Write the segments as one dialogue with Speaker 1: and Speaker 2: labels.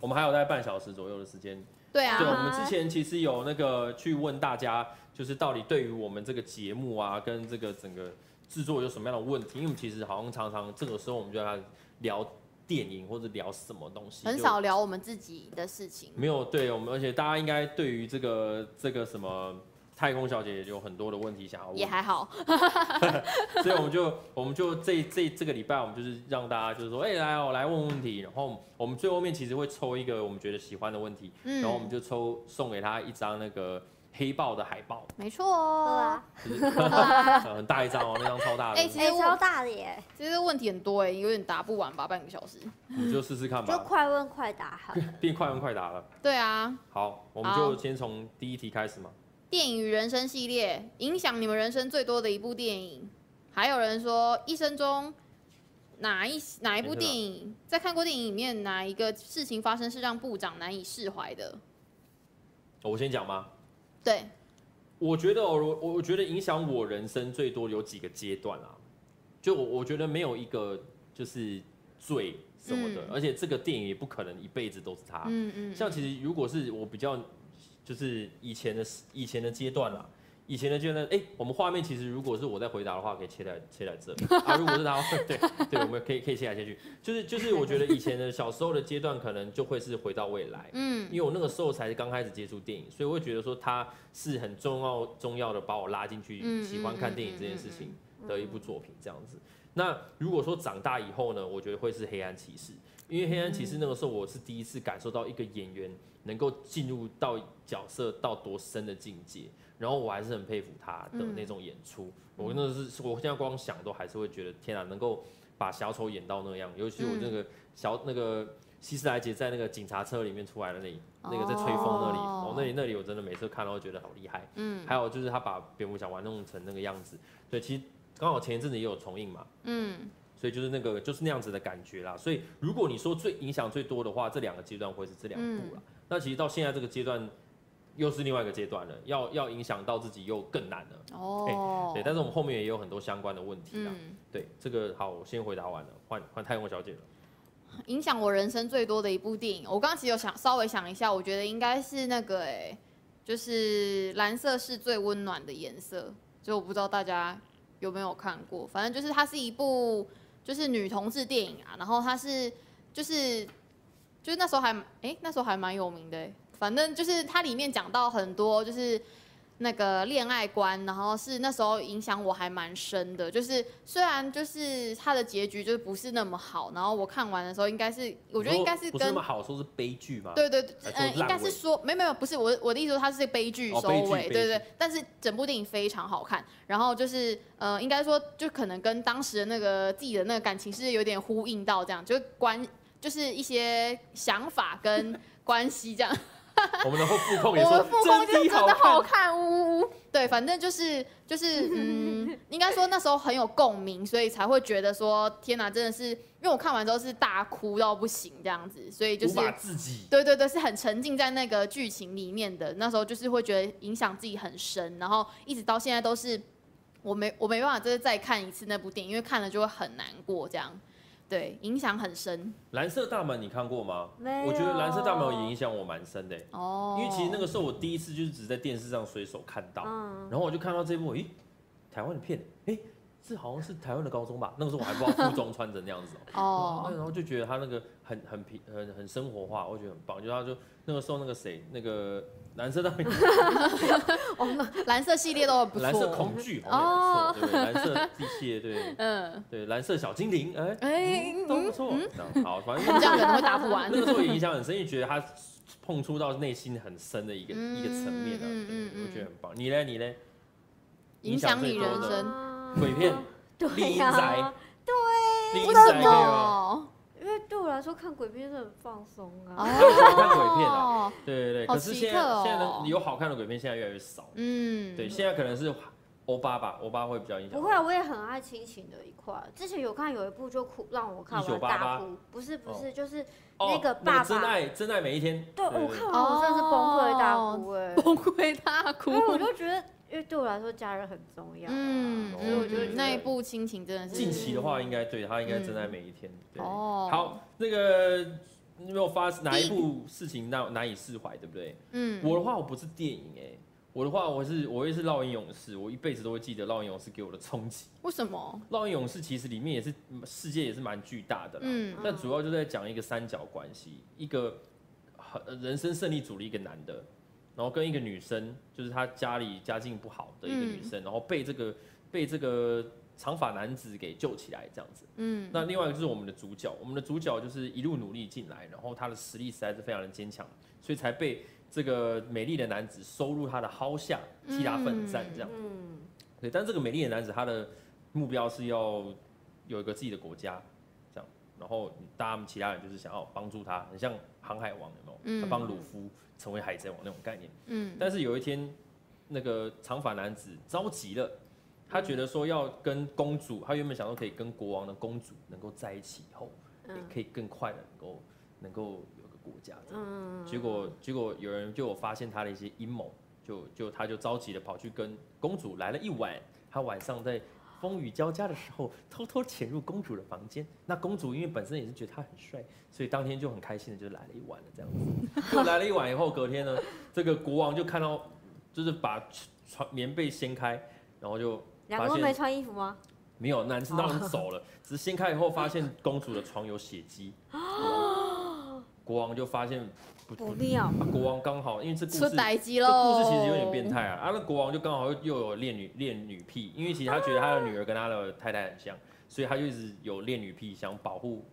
Speaker 1: 我们还有大概半小时左右的时间。
Speaker 2: 对啊
Speaker 1: 对，，我们之前其实有那个去问大家，就是到底对于我们这个节目啊，跟这个整个制作有什么样的问题？因为我们其实好像常常这个时候我们就在聊电影或者聊什么东西，
Speaker 2: 很
Speaker 1: 就
Speaker 2: 少聊我们自己的事情。
Speaker 1: 没有对我们，而且大家应该对于这个这个什么太空小姐也有很多的问题想要问
Speaker 2: 也，还好，
Speaker 1: 所以我们就我们就这这这个礼拜我们就是让大家就是说，哎、来哦来问问题，然后我们最后面其实会抽一个我们觉得喜欢的问题，
Speaker 2: 嗯，
Speaker 1: 然后我们就抽送给他一张那个黑豹的海报，
Speaker 2: 没错哦。
Speaker 1: 就是呃很大一张哦，那张超大的
Speaker 2: 哎，其
Speaker 3: 啊哎、
Speaker 2: 实
Speaker 3: 超
Speaker 2: 我
Speaker 3: 大的耶，
Speaker 2: 其实问题很多哎，有点答不完吧，半个小时。
Speaker 1: 我们就试试看
Speaker 3: 就
Speaker 1: 吧，
Speaker 3: 快问快答好了。
Speaker 1: 变快问快答了。
Speaker 2: 对啊，
Speaker 1: 好，我们就先从第一题开始嘛。
Speaker 2: 电影与人生系列影响你们人生最多的一部电影，还有人说一生中哪一哪一部电影，在看过电影里面哪一个事情发生是让部长难以释怀的？
Speaker 1: 哦我先讲吗？
Speaker 2: 对，
Speaker 1: 我觉得哦我我我觉得影响我人生最多有几个阶段啊，就我我觉得没有一个就是最什么的，
Speaker 2: 嗯
Speaker 1: 而且这个电影也不可能一辈子都是他。
Speaker 2: 嗯嗯，
Speaker 1: 啊像其实如果是我比较就是以前的时以前的阶段啦，以前的阶段，哎、我们画面其实如果是我在回答的话，可以切来切来这啊，如果是他， 对对，我们可以可以切来切去，就是就是我觉得以前的小时候的阶段，可能就会是回到未来。
Speaker 2: 嗯
Speaker 1: 因为我那个时候才刚开始接触电影，所以我会觉得说它是很重要重要的把我拉进去
Speaker 2: 嗯
Speaker 1: 喜欢看电影这件事情的一部作品这样子。那如果说长大以后呢，我觉得会是《黑暗骑士》，因为《黑暗骑
Speaker 2: 嗯
Speaker 1: 士》那个时候我是第一次感受到一个演员能够进入到角色到多深的境界，然后我还是很佩服他的
Speaker 2: 嗯
Speaker 1: 那种演出。我那是我现在光想都还是会觉得天啊，能够把小丑演到那样，尤其我
Speaker 2: 嗯
Speaker 1: 那个小、那个希斯莱杰在那个警察车里面出来的那里，那个在吹风那里，
Speaker 2: 哦
Speaker 1: 哦，那里那里我真的每次看到都觉得好厉害。
Speaker 2: 嗯
Speaker 1: 还有就是他把蝙蝠侠玩弄成那个样子，对，其实刚好前一阵子也有重映嘛，
Speaker 2: 嗯，
Speaker 1: 所以就是那个就是那样子的感觉啦。所以如果你说最影响最多的话，这两个阶段会是这两部
Speaker 2: 嗯
Speaker 1: 啦。那其实到现在这个阶段。又是另外一个阶段了，要要影响到自己又更难了，
Speaker 2: 哦，
Speaker 1: 对。但是我们后面也有很多相关的问题啦，
Speaker 2: 嗯，
Speaker 1: 对。这个好，我先回答完了，换换太空小姐了。
Speaker 2: 影响我人生最多的一部电影，我刚刚其实有想稍微想一下，我觉得应该是那个哎、就是蓝色是最温暖的颜色，就我不知道大家有没有看过，反正就是它是一部就是女同志电影啊，然后它是就是就是那时候还哎、那时候还蛮有名的、欸，反正就是它里面讲到很多就是。那个恋爱观，然后是那时候影响我还蛮深的，就是虽然就是它的结局就是不是那么好，然后我看完的时候应该是，我觉得应该是
Speaker 1: 不是那
Speaker 2: 跟
Speaker 1: 么好说是悲剧嘛？
Speaker 2: 对对对
Speaker 1: 还，说
Speaker 2: 嗯，应
Speaker 1: 呃烂
Speaker 2: 该是
Speaker 1: 尾
Speaker 2: 说没有没有，不是我我的意思说它是悲剧
Speaker 1: 哦
Speaker 2: 收
Speaker 1: 悲剧
Speaker 2: 尾，
Speaker 1: 悲
Speaker 2: 对对
Speaker 1: 剧。
Speaker 2: 但是整部电影非常好看，然后就是呃，应该说就可能跟当时的那个自己的那个感情是有点呼应到这样，就关就是一些想法跟 关系这样。
Speaker 1: 我们的后副控也
Speaker 2: 我
Speaker 1: 说，
Speaker 2: 们复工就真
Speaker 1: 滴
Speaker 2: 的好
Speaker 1: 看。
Speaker 2: 看，呜呜呜。对，反正就是就是 嗯，应该说那时候很有共鸣，所以才会觉得说天哪，真的是因为我看完之后是大哭到不行这样子，所以就是
Speaker 1: 无法自己。
Speaker 2: 对对对，是很沉浸在那个剧情里面的。那时候就是会觉得影响自己很深，然后一直到现在都是我没我没办法，就是再看一次那部电影，因为看了就会很难过，这样对影响很深
Speaker 1: 蓝色大门你看过吗？
Speaker 3: 没有
Speaker 1: 我觉得蓝色大门也影响我蛮深的欸、
Speaker 2: 哦。
Speaker 1: 因为其实那个时候我第一次就是只在电视上随手看到，
Speaker 3: 嗯，
Speaker 1: 然后我就看到这部，咦，台湾的片，哎、这好像是台湾的高中吧？那个时候我还不知 道附中穿成那样子、哦。
Speaker 2: 哦，
Speaker 1: 然后就觉得他那个很很平很很生活化，我觉得很棒。就他就那个时候那个谁那个蓝色大门
Speaker 2: 哦蓝色系列都很不错。
Speaker 1: 嗯
Speaker 2: 哦
Speaker 1: 蓝色恐惧好像也不错，对不对？蓝色机械对
Speaker 2: 嗯，
Speaker 1: 对蓝色小精灵哎、
Speaker 2: 哎、
Speaker 1: 嗯都不错。这样好，反正
Speaker 2: 我们这样可能会答不完。
Speaker 1: 那个时候也影响很深，因为觉得他碰触到内心很深的一个、
Speaker 2: 嗯
Speaker 1: 一个层面啊，
Speaker 2: 嗯
Speaker 1: 对，
Speaker 2: 嗯嗯
Speaker 1: 我觉得很棒。你嘞，你嘞，
Speaker 2: 影响你
Speaker 1: 影响最
Speaker 2: 人
Speaker 1: 多的
Speaker 2: 生，
Speaker 3: 啊
Speaker 1: 鬼片，
Speaker 3: 对
Speaker 1: 丽
Speaker 3: 呀、
Speaker 1: 英宅第一
Speaker 2: 为
Speaker 1: 次
Speaker 2: 什
Speaker 1: 来可以吗？
Speaker 2: 么？哦
Speaker 3: 因为对我来说看鬼片是很放松啊。
Speaker 1: 看鬼片啊
Speaker 2: 哦，
Speaker 1: 对对对，
Speaker 2: 好
Speaker 1: 可是现在、
Speaker 2: 奇特哦
Speaker 1: 现在能有好看的鬼片，现在越来越少。
Speaker 2: 嗯，
Speaker 1: 对，现在可能是欧巴吧，欧巴会比较影响。
Speaker 3: 不会，啊，我也很爱亲情的一块。之前有看有一部就哭，让我看完大哭。不是不是，就是
Speaker 1: 哦，
Speaker 3: 那个爸爸
Speaker 1: 真爱真爱每一天，
Speaker 3: 对我看完我真的是崩溃大哭哎、
Speaker 2: 崩溃大哭
Speaker 3: 因。为我就觉得，因为对我来说家人很重要。啊
Speaker 2: 嗯，
Speaker 1: 所以哦我就
Speaker 2: 嗯
Speaker 1: 觉得
Speaker 2: 那一部亲情真的是
Speaker 3: 嗯
Speaker 1: 近期的话应该对他应该真爱每一天。对，
Speaker 2: 哦，
Speaker 1: 好，那个你有没有发哪
Speaker 2: 第
Speaker 1: 一
Speaker 2: 一个
Speaker 1: 部事情让难以释怀，对不对？
Speaker 2: 嗯，
Speaker 1: 我的话，我不是电影哎、我的话，我是我会是《烙印勇士》，我一辈子都会记得《烙印勇士》给我的冲击。
Speaker 2: 为什么？
Speaker 1: 《烙印勇士》其实里面也是世界也是蛮巨大的啦，
Speaker 2: 嗯
Speaker 1: 那主要就在讲一个三角关系，一个很呃人生胜利组的一个男的，然后跟一个女生，就是他家里家境不好的一个
Speaker 2: 嗯
Speaker 1: 女生，然后被这个被这个长发男子给救起来这样子。
Speaker 2: 嗯
Speaker 1: 那另外一个就是我们的主角，我们的主角就是一路努力进来，然后他的实力实在是非常的坚强，所以才被这个美丽的男子收入他的麾下，替他奋战这样。
Speaker 3: 嗯，
Speaker 1: 对，但这个美丽的男子他的目标是要有一个自己的国家，这样，然后大家其他人就是想要帮助他，很像航海王有没有？
Speaker 2: 嗯
Speaker 1: 他帮鲁夫成为海贼王那种概念。
Speaker 2: 嗯
Speaker 1: 但是有一天，那个长发男子着急了，他觉得说要跟公主，他原本想说可以跟国王的公主能够在一起以后，也
Speaker 3: 嗯
Speaker 1: 可以更快的能够能够有个国家这样。
Speaker 3: 嗯，
Speaker 1: 结果结果有人就有发现他的一些阴谋，就就他就着急的跑去跟公主来了一晚，他晚上在风雨交加的时候偷偷潜入公主的房间。那公主因为本身也是觉得他很帅，所以当天就很开心的就来了一晚了这样子。就来了一晚以后，隔天呢，这个国王就看到，就是把床棉被掀开，然后就
Speaker 3: 两个
Speaker 1: 发
Speaker 3: 都
Speaker 1: 现
Speaker 3: 没穿衣服吗？
Speaker 1: 没有，男生当然走了，只是掀开以后发现公主的床有血迹。 国王就发现不
Speaker 3: 不妙，
Speaker 1: 啊，国王刚好因为这故
Speaker 2: 出
Speaker 1: 事，
Speaker 2: 歹机
Speaker 1: 这
Speaker 2: 喽。
Speaker 1: 故事其实有点变态啊。啊，那国王就刚好又有恋女恋女癖，因为其实他觉得他的女儿跟他的太太很像，所以他就一直有恋女癖，想保护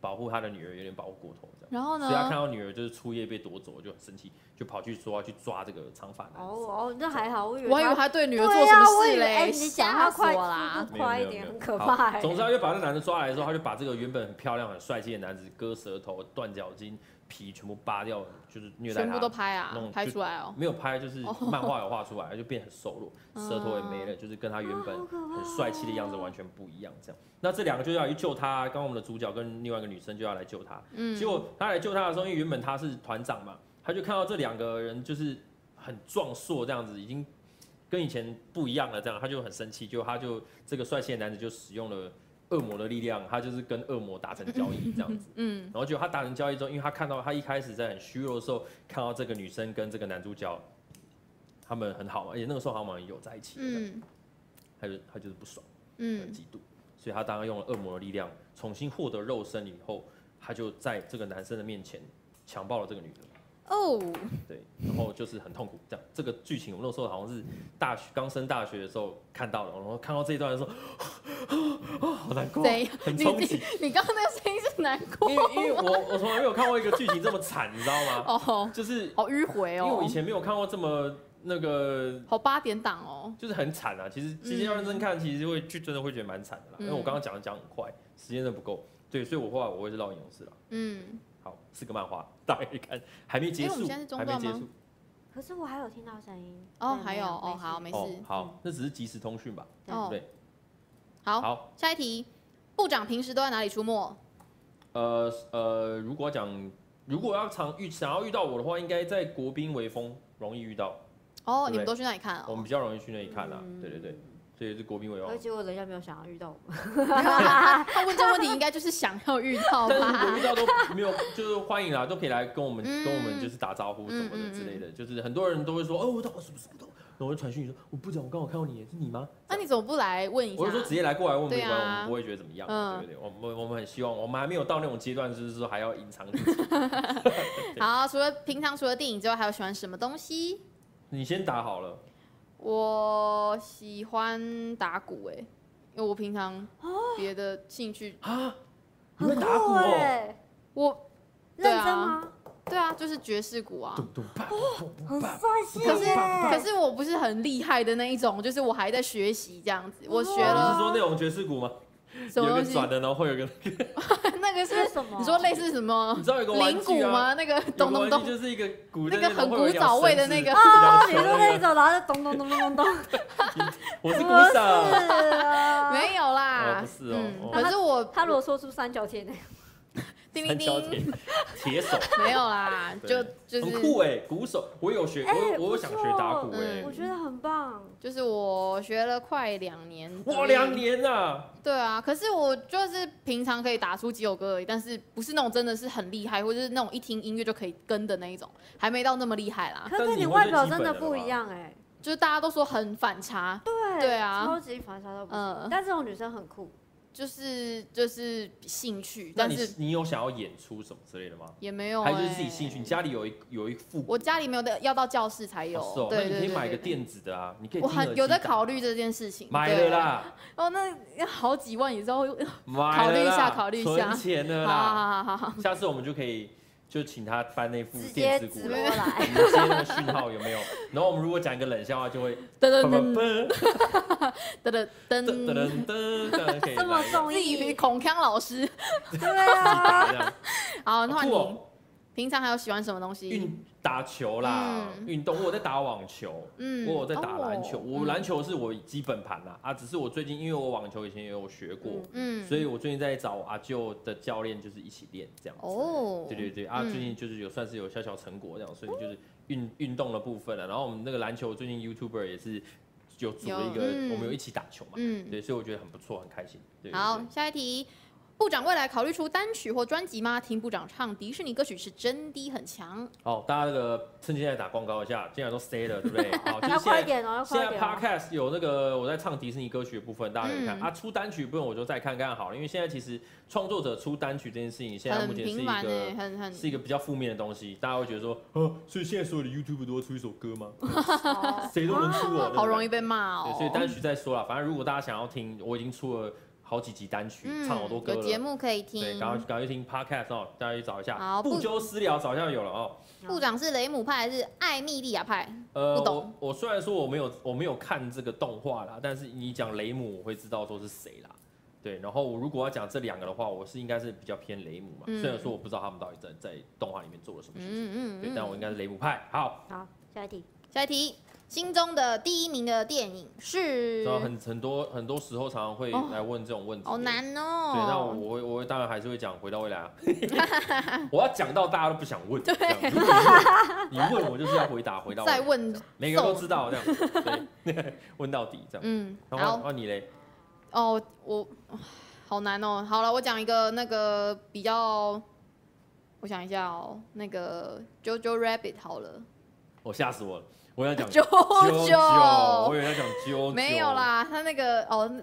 Speaker 1: 保护他的女儿，有点保护过头这样。
Speaker 3: 哦
Speaker 2: 然后
Speaker 1: 所以他看
Speaker 2: 呢？
Speaker 1: 到女儿就是初夜被夺走，就很生气，就跑去说要去抓这个长发男子。
Speaker 3: 哦哦，那还好，我以为
Speaker 2: 我还以为
Speaker 3: 他
Speaker 2: 他对女儿
Speaker 3: 对
Speaker 2: 做什
Speaker 3: 啊
Speaker 2: 么
Speaker 3: 我以
Speaker 2: 事
Speaker 3: 为哎
Speaker 2: 嘞，
Speaker 3: 你讲
Speaker 2: 吓
Speaker 3: 他
Speaker 2: 死
Speaker 3: 快
Speaker 2: 我啦！
Speaker 1: 没有
Speaker 3: 快
Speaker 1: 没
Speaker 3: 一
Speaker 1: 有
Speaker 3: 点，
Speaker 1: 没
Speaker 3: 很
Speaker 1: 有
Speaker 3: 可
Speaker 1: 好
Speaker 3: 怕哎。
Speaker 1: 总之，他就把这男的抓来的时候，他就把这个原本很漂亮、很帅气的男子割舌头、断脚筋、皮全部扒掉，就是虐待
Speaker 2: 全
Speaker 1: 他
Speaker 2: 部都。拍
Speaker 1: 那种
Speaker 2: 啊，拍
Speaker 1: 就
Speaker 2: 出来哦。
Speaker 1: 没有拍，就是漫画有画出来，就变很瘦弱，
Speaker 2: 嗯
Speaker 1: 舌头也没了，就是跟他原
Speaker 2: 哦
Speaker 1: 本
Speaker 3: 好可怕
Speaker 1: 很帅气的样子完全不一样。这样，那这两个就要去救他，刚刚我们的主角跟另外一个女生就要来救他。
Speaker 2: 嗯
Speaker 1: 结果他来救他的时候，因为原本他是团长嘛，他就看到这两个人就是很壮硕这样子，已经跟以前不一样了，这样他就很生气，就他就这个帅气的男子就使用了恶魔的力量，他就是跟恶魔达成交易这样子。
Speaker 2: 嗯
Speaker 1: 然后就他达成交易之后，因为他看到他一开始在很虚弱的时候，看到这个女生跟这个男主角，他们很好嘛，而且那个时候好像有在一起，嗯、
Speaker 2: 嗯
Speaker 1: 他就他就是不爽，很
Speaker 2: 嗯
Speaker 1: 嫉妒，所以他当然用了恶魔的力量，重新获得肉身以后，他就在这个男生的面前强暴了这个女的。
Speaker 2: 哦，
Speaker 1: 对，然后就是很痛苦，这样这个剧情我们那时候好像是大学刚升大学的时候看到了，然后看到这一段的时候，啊好难过，
Speaker 2: 谁？
Speaker 1: 很
Speaker 2: 你
Speaker 1: 冲
Speaker 2: 你
Speaker 1: 击，
Speaker 2: 你刚刚那个声音是难过
Speaker 1: 因为因为我我从来没有看过一个剧情这么惨，你知道吗？
Speaker 2: 哦，
Speaker 1: 就是
Speaker 2: 好迂回
Speaker 1: 因为我
Speaker 2: 哦
Speaker 1: 以，前没有看过这么那个，
Speaker 2: 好八点档哦。
Speaker 1: 就是很惨啊。其实其实要认真
Speaker 2: 嗯
Speaker 1: 看，其实会就真的会觉得蛮惨的啦。因为我刚刚讲的讲很快，时间真的不够，对，所以我后来我会是烙印勇士了。
Speaker 2: 嗯，
Speaker 1: 好，四个漫画，大家可以看，还没结
Speaker 2: 哎我们
Speaker 1: 束，
Speaker 2: 现在是中
Speaker 1: 还没
Speaker 2: 断
Speaker 1: 结
Speaker 2: 吗
Speaker 1: 束。
Speaker 3: 可是我还有听到声音
Speaker 2: 哦，
Speaker 3: 对
Speaker 2: 还
Speaker 3: 没
Speaker 2: 有
Speaker 3: 有
Speaker 2: 哦，
Speaker 3: 没事
Speaker 2: 好，没
Speaker 1: 哦
Speaker 2: 事，。
Speaker 1: 好，那只是即时通讯吧。
Speaker 2: 哦
Speaker 1: 对，
Speaker 2: 好，
Speaker 1: 好，
Speaker 2: 下一题，部长平时都在哪里出没？
Speaker 1: 呃呃，如果讲如果要常遇想要遇到我的话，应该在国宾微风容易遇到，
Speaker 2: 哦，
Speaker 1: 对
Speaker 2: 你们都去那里看
Speaker 1: 我们
Speaker 2: 哦。嗯
Speaker 1: 比较容易去那里看啦。对对对，所以是国宾微风
Speaker 3: 嗯而。且我人家没有想要遇到我们，
Speaker 2: 他问这个问题应该就是想要遇到
Speaker 1: 但是如果
Speaker 2: 吧
Speaker 1: 遇？到都没有，就是欢迎啦，都可以来跟我们、
Speaker 2: 嗯
Speaker 1: 跟我们就是打招呼什么的之类的。就是很多人都会说，哦，我到我什么什么都，然后我就传讯你说，我部长，我刚好看到你，是你吗？
Speaker 2: 那你怎么不来问一下
Speaker 1: 我就？说直接来过来问没
Speaker 2: 对
Speaker 1: 关，
Speaker 2: 啊
Speaker 1: 我们不会觉得怎么样，
Speaker 2: 嗯
Speaker 1: 对不对？我们我们很希望，我们还没有到那种阶段，就是说还要隐藏自己。
Speaker 2: 好，啊除了平常除了电影之外，还有喜欢什么东西？
Speaker 1: 你先打好了，
Speaker 2: 我喜欢打鼓诶、因为我平常别的兴趣，
Speaker 1: 你会
Speaker 3: 很
Speaker 1: 打 鼓
Speaker 3: 酷
Speaker 1: 哦，
Speaker 3: 哎，
Speaker 2: 我对
Speaker 3: 认
Speaker 2: 啊
Speaker 3: 真吗？
Speaker 2: 对啊，就是爵士鼓啊。
Speaker 1: 咚咚啪咚咚
Speaker 3: 很
Speaker 1: 啪。
Speaker 3: 帅气
Speaker 2: 可是
Speaker 3: 耶，
Speaker 2: 可是我不是很厉害的那一种，就是我还在学习这样子。我学
Speaker 1: 你是
Speaker 2: 了
Speaker 1: 说那种爵士鼓吗？
Speaker 2: 什
Speaker 1: 有
Speaker 2: 么
Speaker 1: 个
Speaker 2: 东西？
Speaker 1: 转的，然后会有个，
Speaker 2: 那个
Speaker 3: 这
Speaker 2: 是
Speaker 3: 是什么？
Speaker 2: 你说类似什么
Speaker 1: 你知道有个玩
Speaker 2: 铃鼓
Speaker 1: 具啊？
Speaker 2: 吗？那个
Speaker 1: 有个
Speaker 2: 咚咚
Speaker 1: 玩具
Speaker 2: 咚，
Speaker 1: 就是一个鼓在边，
Speaker 2: 那个
Speaker 1: 然后
Speaker 2: 很
Speaker 1: 会有
Speaker 2: 古
Speaker 1: 两
Speaker 2: 早味
Speaker 1: 绳
Speaker 2: 的
Speaker 1: 子
Speaker 2: 那个
Speaker 1: 两
Speaker 3: 哦，
Speaker 1: 球
Speaker 3: 你说
Speaker 1: 那
Speaker 3: 那种，然后就咚咚咚 咚咚咚，
Speaker 1: 我是鼓
Speaker 3: 不是
Speaker 1: 手。
Speaker 3: 啊
Speaker 2: 没有
Speaker 1: 哦
Speaker 2: 啦，
Speaker 1: 不是哦
Speaker 2: 嗯
Speaker 1: 哦
Speaker 2: 可是我
Speaker 3: 他如果说出三角铁呢？
Speaker 2: 叮
Speaker 1: 三
Speaker 2: 叮
Speaker 1: 角铁
Speaker 2: 叮，
Speaker 1: 铁手，
Speaker 2: 没有啦，就 就
Speaker 1: 很
Speaker 2: 是哎
Speaker 1: 酷哎，鼓手，我有学，我有我有想学打鼓
Speaker 3: 哎不错
Speaker 1: 哎
Speaker 2: 嗯
Speaker 3: 我，觉得很棒。
Speaker 2: 就是我学了快两年，
Speaker 1: 哇，两，年啊，
Speaker 2: 对啊，可是我就是平常可以打出几首歌而已，但是不是那种真的是很厉害，或者是那种一听音乐就可以跟的那一种，还没到那么厉害啦。
Speaker 3: 可
Speaker 1: 啊但
Speaker 3: 跟
Speaker 1: 你
Speaker 3: 你
Speaker 1: 会
Speaker 3: 外
Speaker 1: 最
Speaker 3: 表
Speaker 1: 基
Speaker 3: 真
Speaker 1: 本
Speaker 3: 的
Speaker 1: 的
Speaker 3: 不
Speaker 1: 吧
Speaker 3: 一样哎，
Speaker 2: 就是大家都说很反差，
Speaker 3: 对
Speaker 2: 对啊
Speaker 3: 超级反差到不行
Speaker 2: 嗯。
Speaker 3: 但这种女生很酷，
Speaker 2: 就是就是兴趣，
Speaker 1: 那
Speaker 2: 但
Speaker 1: 你
Speaker 2: 是
Speaker 1: 你有想要演出什么之类的吗？
Speaker 2: 也没有、
Speaker 1: 还
Speaker 2: 欸，
Speaker 1: 是自己兴趣？你家里有一有一副
Speaker 2: 我家里没有的，要到教室才有。
Speaker 1: 哦是哦
Speaker 2: 对
Speaker 1: 那你
Speaker 2: 对
Speaker 1: 可以
Speaker 2: 对
Speaker 1: 买个
Speaker 2: 对
Speaker 1: 电子的啊，你可以
Speaker 2: 我
Speaker 1: 听耳
Speaker 2: 很
Speaker 1: 机
Speaker 2: 有在
Speaker 1: 打
Speaker 2: 考虑这件事情。
Speaker 1: 买
Speaker 2: 对
Speaker 1: 了。啦，
Speaker 2: 哦，那好几万也是要 用。
Speaker 1: 买了啦
Speaker 2: 虑一下考虑一下
Speaker 1: 存钱了
Speaker 2: 好
Speaker 1: 啦，
Speaker 2: 好好好好，
Speaker 1: 下次我们就可以就请他搬那副
Speaker 3: 直
Speaker 1: 嗯电
Speaker 3: 接
Speaker 1: 子啊
Speaker 3: 直
Speaker 1: 鼓
Speaker 3: 播
Speaker 1: 来。
Speaker 3: 来。
Speaker 1: 你们接那个讯号有没有？然后我们如果讲一个冷笑话，就会
Speaker 2: 噔
Speaker 1: 噔
Speaker 2: 噔
Speaker 1: 噔噔噔噔
Speaker 2: 噔噔噔，
Speaker 1: 噔，这样可以
Speaker 3: 这么
Speaker 1: 来一个
Speaker 3: 综
Speaker 2: 自己
Speaker 3: 艺，
Speaker 2: 孔锵老师。
Speaker 3: 对啊，
Speaker 1: 这样
Speaker 2: 好，那
Speaker 1: 好酷
Speaker 2: 换你，
Speaker 1: 哦！
Speaker 2: 平常还有喜欢什么东西？
Speaker 1: 运打球啦，
Speaker 2: 嗯
Speaker 1: 运动我有在打网球，
Speaker 2: 嗯
Speaker 1: 我有在打篮球，
Speaker 2: 哦
Speaker 1: 我篮球是我基本盘啦啊，只是我最近因为我网球以前也有学过，
Speaker 3: 啊
Speaker 2: 嗯，
Speaker 1: 所以我最近在找我阿舅的教练，就是一起练这样子。
Speaker 2: 哦，
Speaker 1: 对对对啊，
Speaker 2: 嗯
Speaker 1: 最近就是有算是有小小成果这样，所以就是运运动的部分了、然后我们那个篮球最近 YouTuber 也是有组了一个，
Speaker 2: 有嗯
Speaker 1: 我们有一起打球嘛，
Speaker 2: 嗯，
Speaker 1: 对，所以我觉得很不错，很开心。对对
Speaker 2: 好
Speaker 1: 对，
Speaker 2: 下一题。部长未来考虑出单曲或专辑吗？听部长唱迪士尼歌曲是真的很强。
Speaker 1: 好，大家这个趁现在打广告一下，既然都 stay 了，对不对？ 好，就是
Speaker 3: 要
Speaker 1: 现
Speaker 3: 快
Speaker 1: 在
Speaker 3: 一点哦，要
Speaker 1: 现
Speaker 3: 快一
Speaker 1: 在
Speaker 3: 点哦。
Speaker 1: podcast 有那个我在唱迪士尼歌曲的部分，大家可以看、
Speaker 2: 啊嗯
Speaker 1: 啊。出单曲部分我就再看看好了，因为现在其实创作者出单曲这件事情，现在目
Speaker 2: 很
Speaker 1: 前是
Speaker 2: 平
Speaker 1: 一
Speaker 2: 凡
Speaker 1: 个
Speaker 2: 欸，很很
Speaker 1: 是一个比较负面的东西，大家会觉得说，呃，所以现在所有的 YouTube 都要出一首歌吗？
Speaker 3: 哦
Speaker 1: 谁都能出啊，对不对
Speaker 2: 啊好容易。被骂
Speaker 1: 对，
Speaker 2: 哦。
Speaker 1: 所以单曲再说啦，反正如果大家想要听，我已经出了好几集单曲，唱好多歌了。
Speaker 2: 嗯有节目可以
Speaker 1: 对，
Speaker 2: 听。
Speaker 1: 赶快赶快去听 podcast 哦，大家去找一下。
Speaker 2: 好
Speaker 1: 不
Speaker 2: 不
Speaker 1: 究私聊早上有了哦。
Speaker 2: 部长是雷姆派还是艾米莉亚派？
Speaker 1: 呃，
Speaker 2: 不懂
Speaker 1: 我我虽然说我没有我没有看这个动画啦，但是你讲雷姆，我会知道说是谁啦。对，然后我如果要讲这两个的话，我是应该是比较偏雷姆嘛。
Speaker 2: 嗯
Speaker 1: 虽然说我不知道他们到底在在动画里面做了什么事情，
Speaker 2: 嗯
Speaker 1: 对，但我应该是雷姆派。好，
Speaker 3: 好，下一题。
Speaker 2: 下一题，心中的第一名的电影是
Speaker 1: 然后很很多很多时候常常会
Speaker 2: 哦
Speaker 1: 来问这种问题，
Speaker 2: 好难哦。
Speaker 1: 对，那我会我会当然还是会讲回到未来 啊。我要讲到大家都不想问，这样如果你问你问我就是要回答回到未
Speaker 2: 再
Speaker 1: 来，
Speaker 2: 问，
Speaker 1: 每个人都知道这样，对， 问到底这样。
Speaker 2: 嗯，
Speaker 1: 然后
Speaker 2: 好
Speaker 1: 换换你嘞，
Speaker 2: 哦，我好难哦。好了，我讲一个那个比较，我想一下哦，那个 JoJo Rabbit 好了
Speaker 1: 我哦吓死我了，我 想讲啾啾我
Speaker 2: ，JoJo
Speaker 1: 以为要讲啾啾，
Speaker 2: 没有，啦，他那个哦，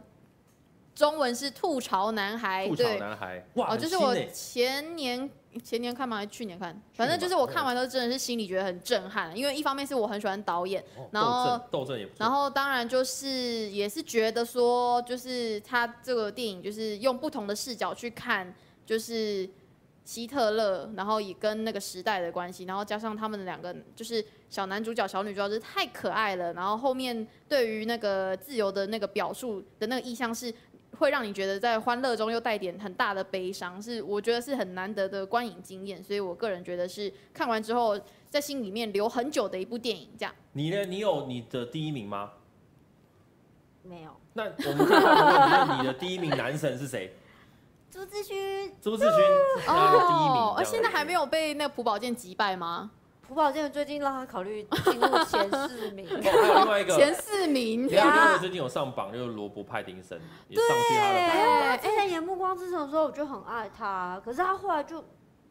Speaker 2: 中文是吐槽男孩，
Speaker 1: 吐槽
Speaker 2: 哎对，
Speaker 1: 男孩，哇，
Speaker 2: 哦，
Speaker 1: 很
Speaker 2: 就是
Speaker 1: 新
Speaker 2: 我
Speaker 1: 欸
Speaker 2: 前年前年看吗？还是去年看？
Speaker 1: 去
Speaker 2: 反
Speaker 1: 年吧
Speaker 2: 正就是我看完都真的是心里觉得很震撼，因为一方面是我很喜欢导演，
Speaker 1: 哦
Speaker 2: 然后
Speaker 1: 斗阵斗阵也不错，
Speaker 2: 然后当然就是也是觉得说，就是他这个电影就是用不同的视角去看，就是希特勒，然后也跟那个时代的关系，然后加上他们两个就是小男主角、小女主角，就是太可爱了。然后后面对于那个自由的那个表述的那个意象是。会让你觉得在欢乐中又带点很大的悲伤，是我觉得是很难得的观影经验，所以我个人觉得是看完之后在心里面留很久的一部电影，这样。
Speaker 1: 你呢？你有你的第一名吗？
Speaker 3: 没有。
Speaker 1: 那我们再换个问题，那你的第一名男神是谁？
Speaker 3: 朱志勋、
Speaker 1: 朱志勋是他的第一名，
Speaker 2: 而哦现在还没
Speaker 1: 有。
Speaker 2: 有被那个朴宝剑击败吗？
Speaker 3: 朴宝剑最近让他考虑进入前四 名。
Speaker 1: 哦，还有另外一个，啊
Speaker 2: 前四名啊
Speaker 1: 李
Speaker 2: 这
Speaker 1: 亚
Speaker 2: 样。
Speaker 1: 我最近有上榜，就是罗伯·派丁森也上去他的
Speaker 3: 哎
Speaker 1: 榜。
Speaker 3: 我之前演《暮光之城》的时候，我就很爱他，可是他后来就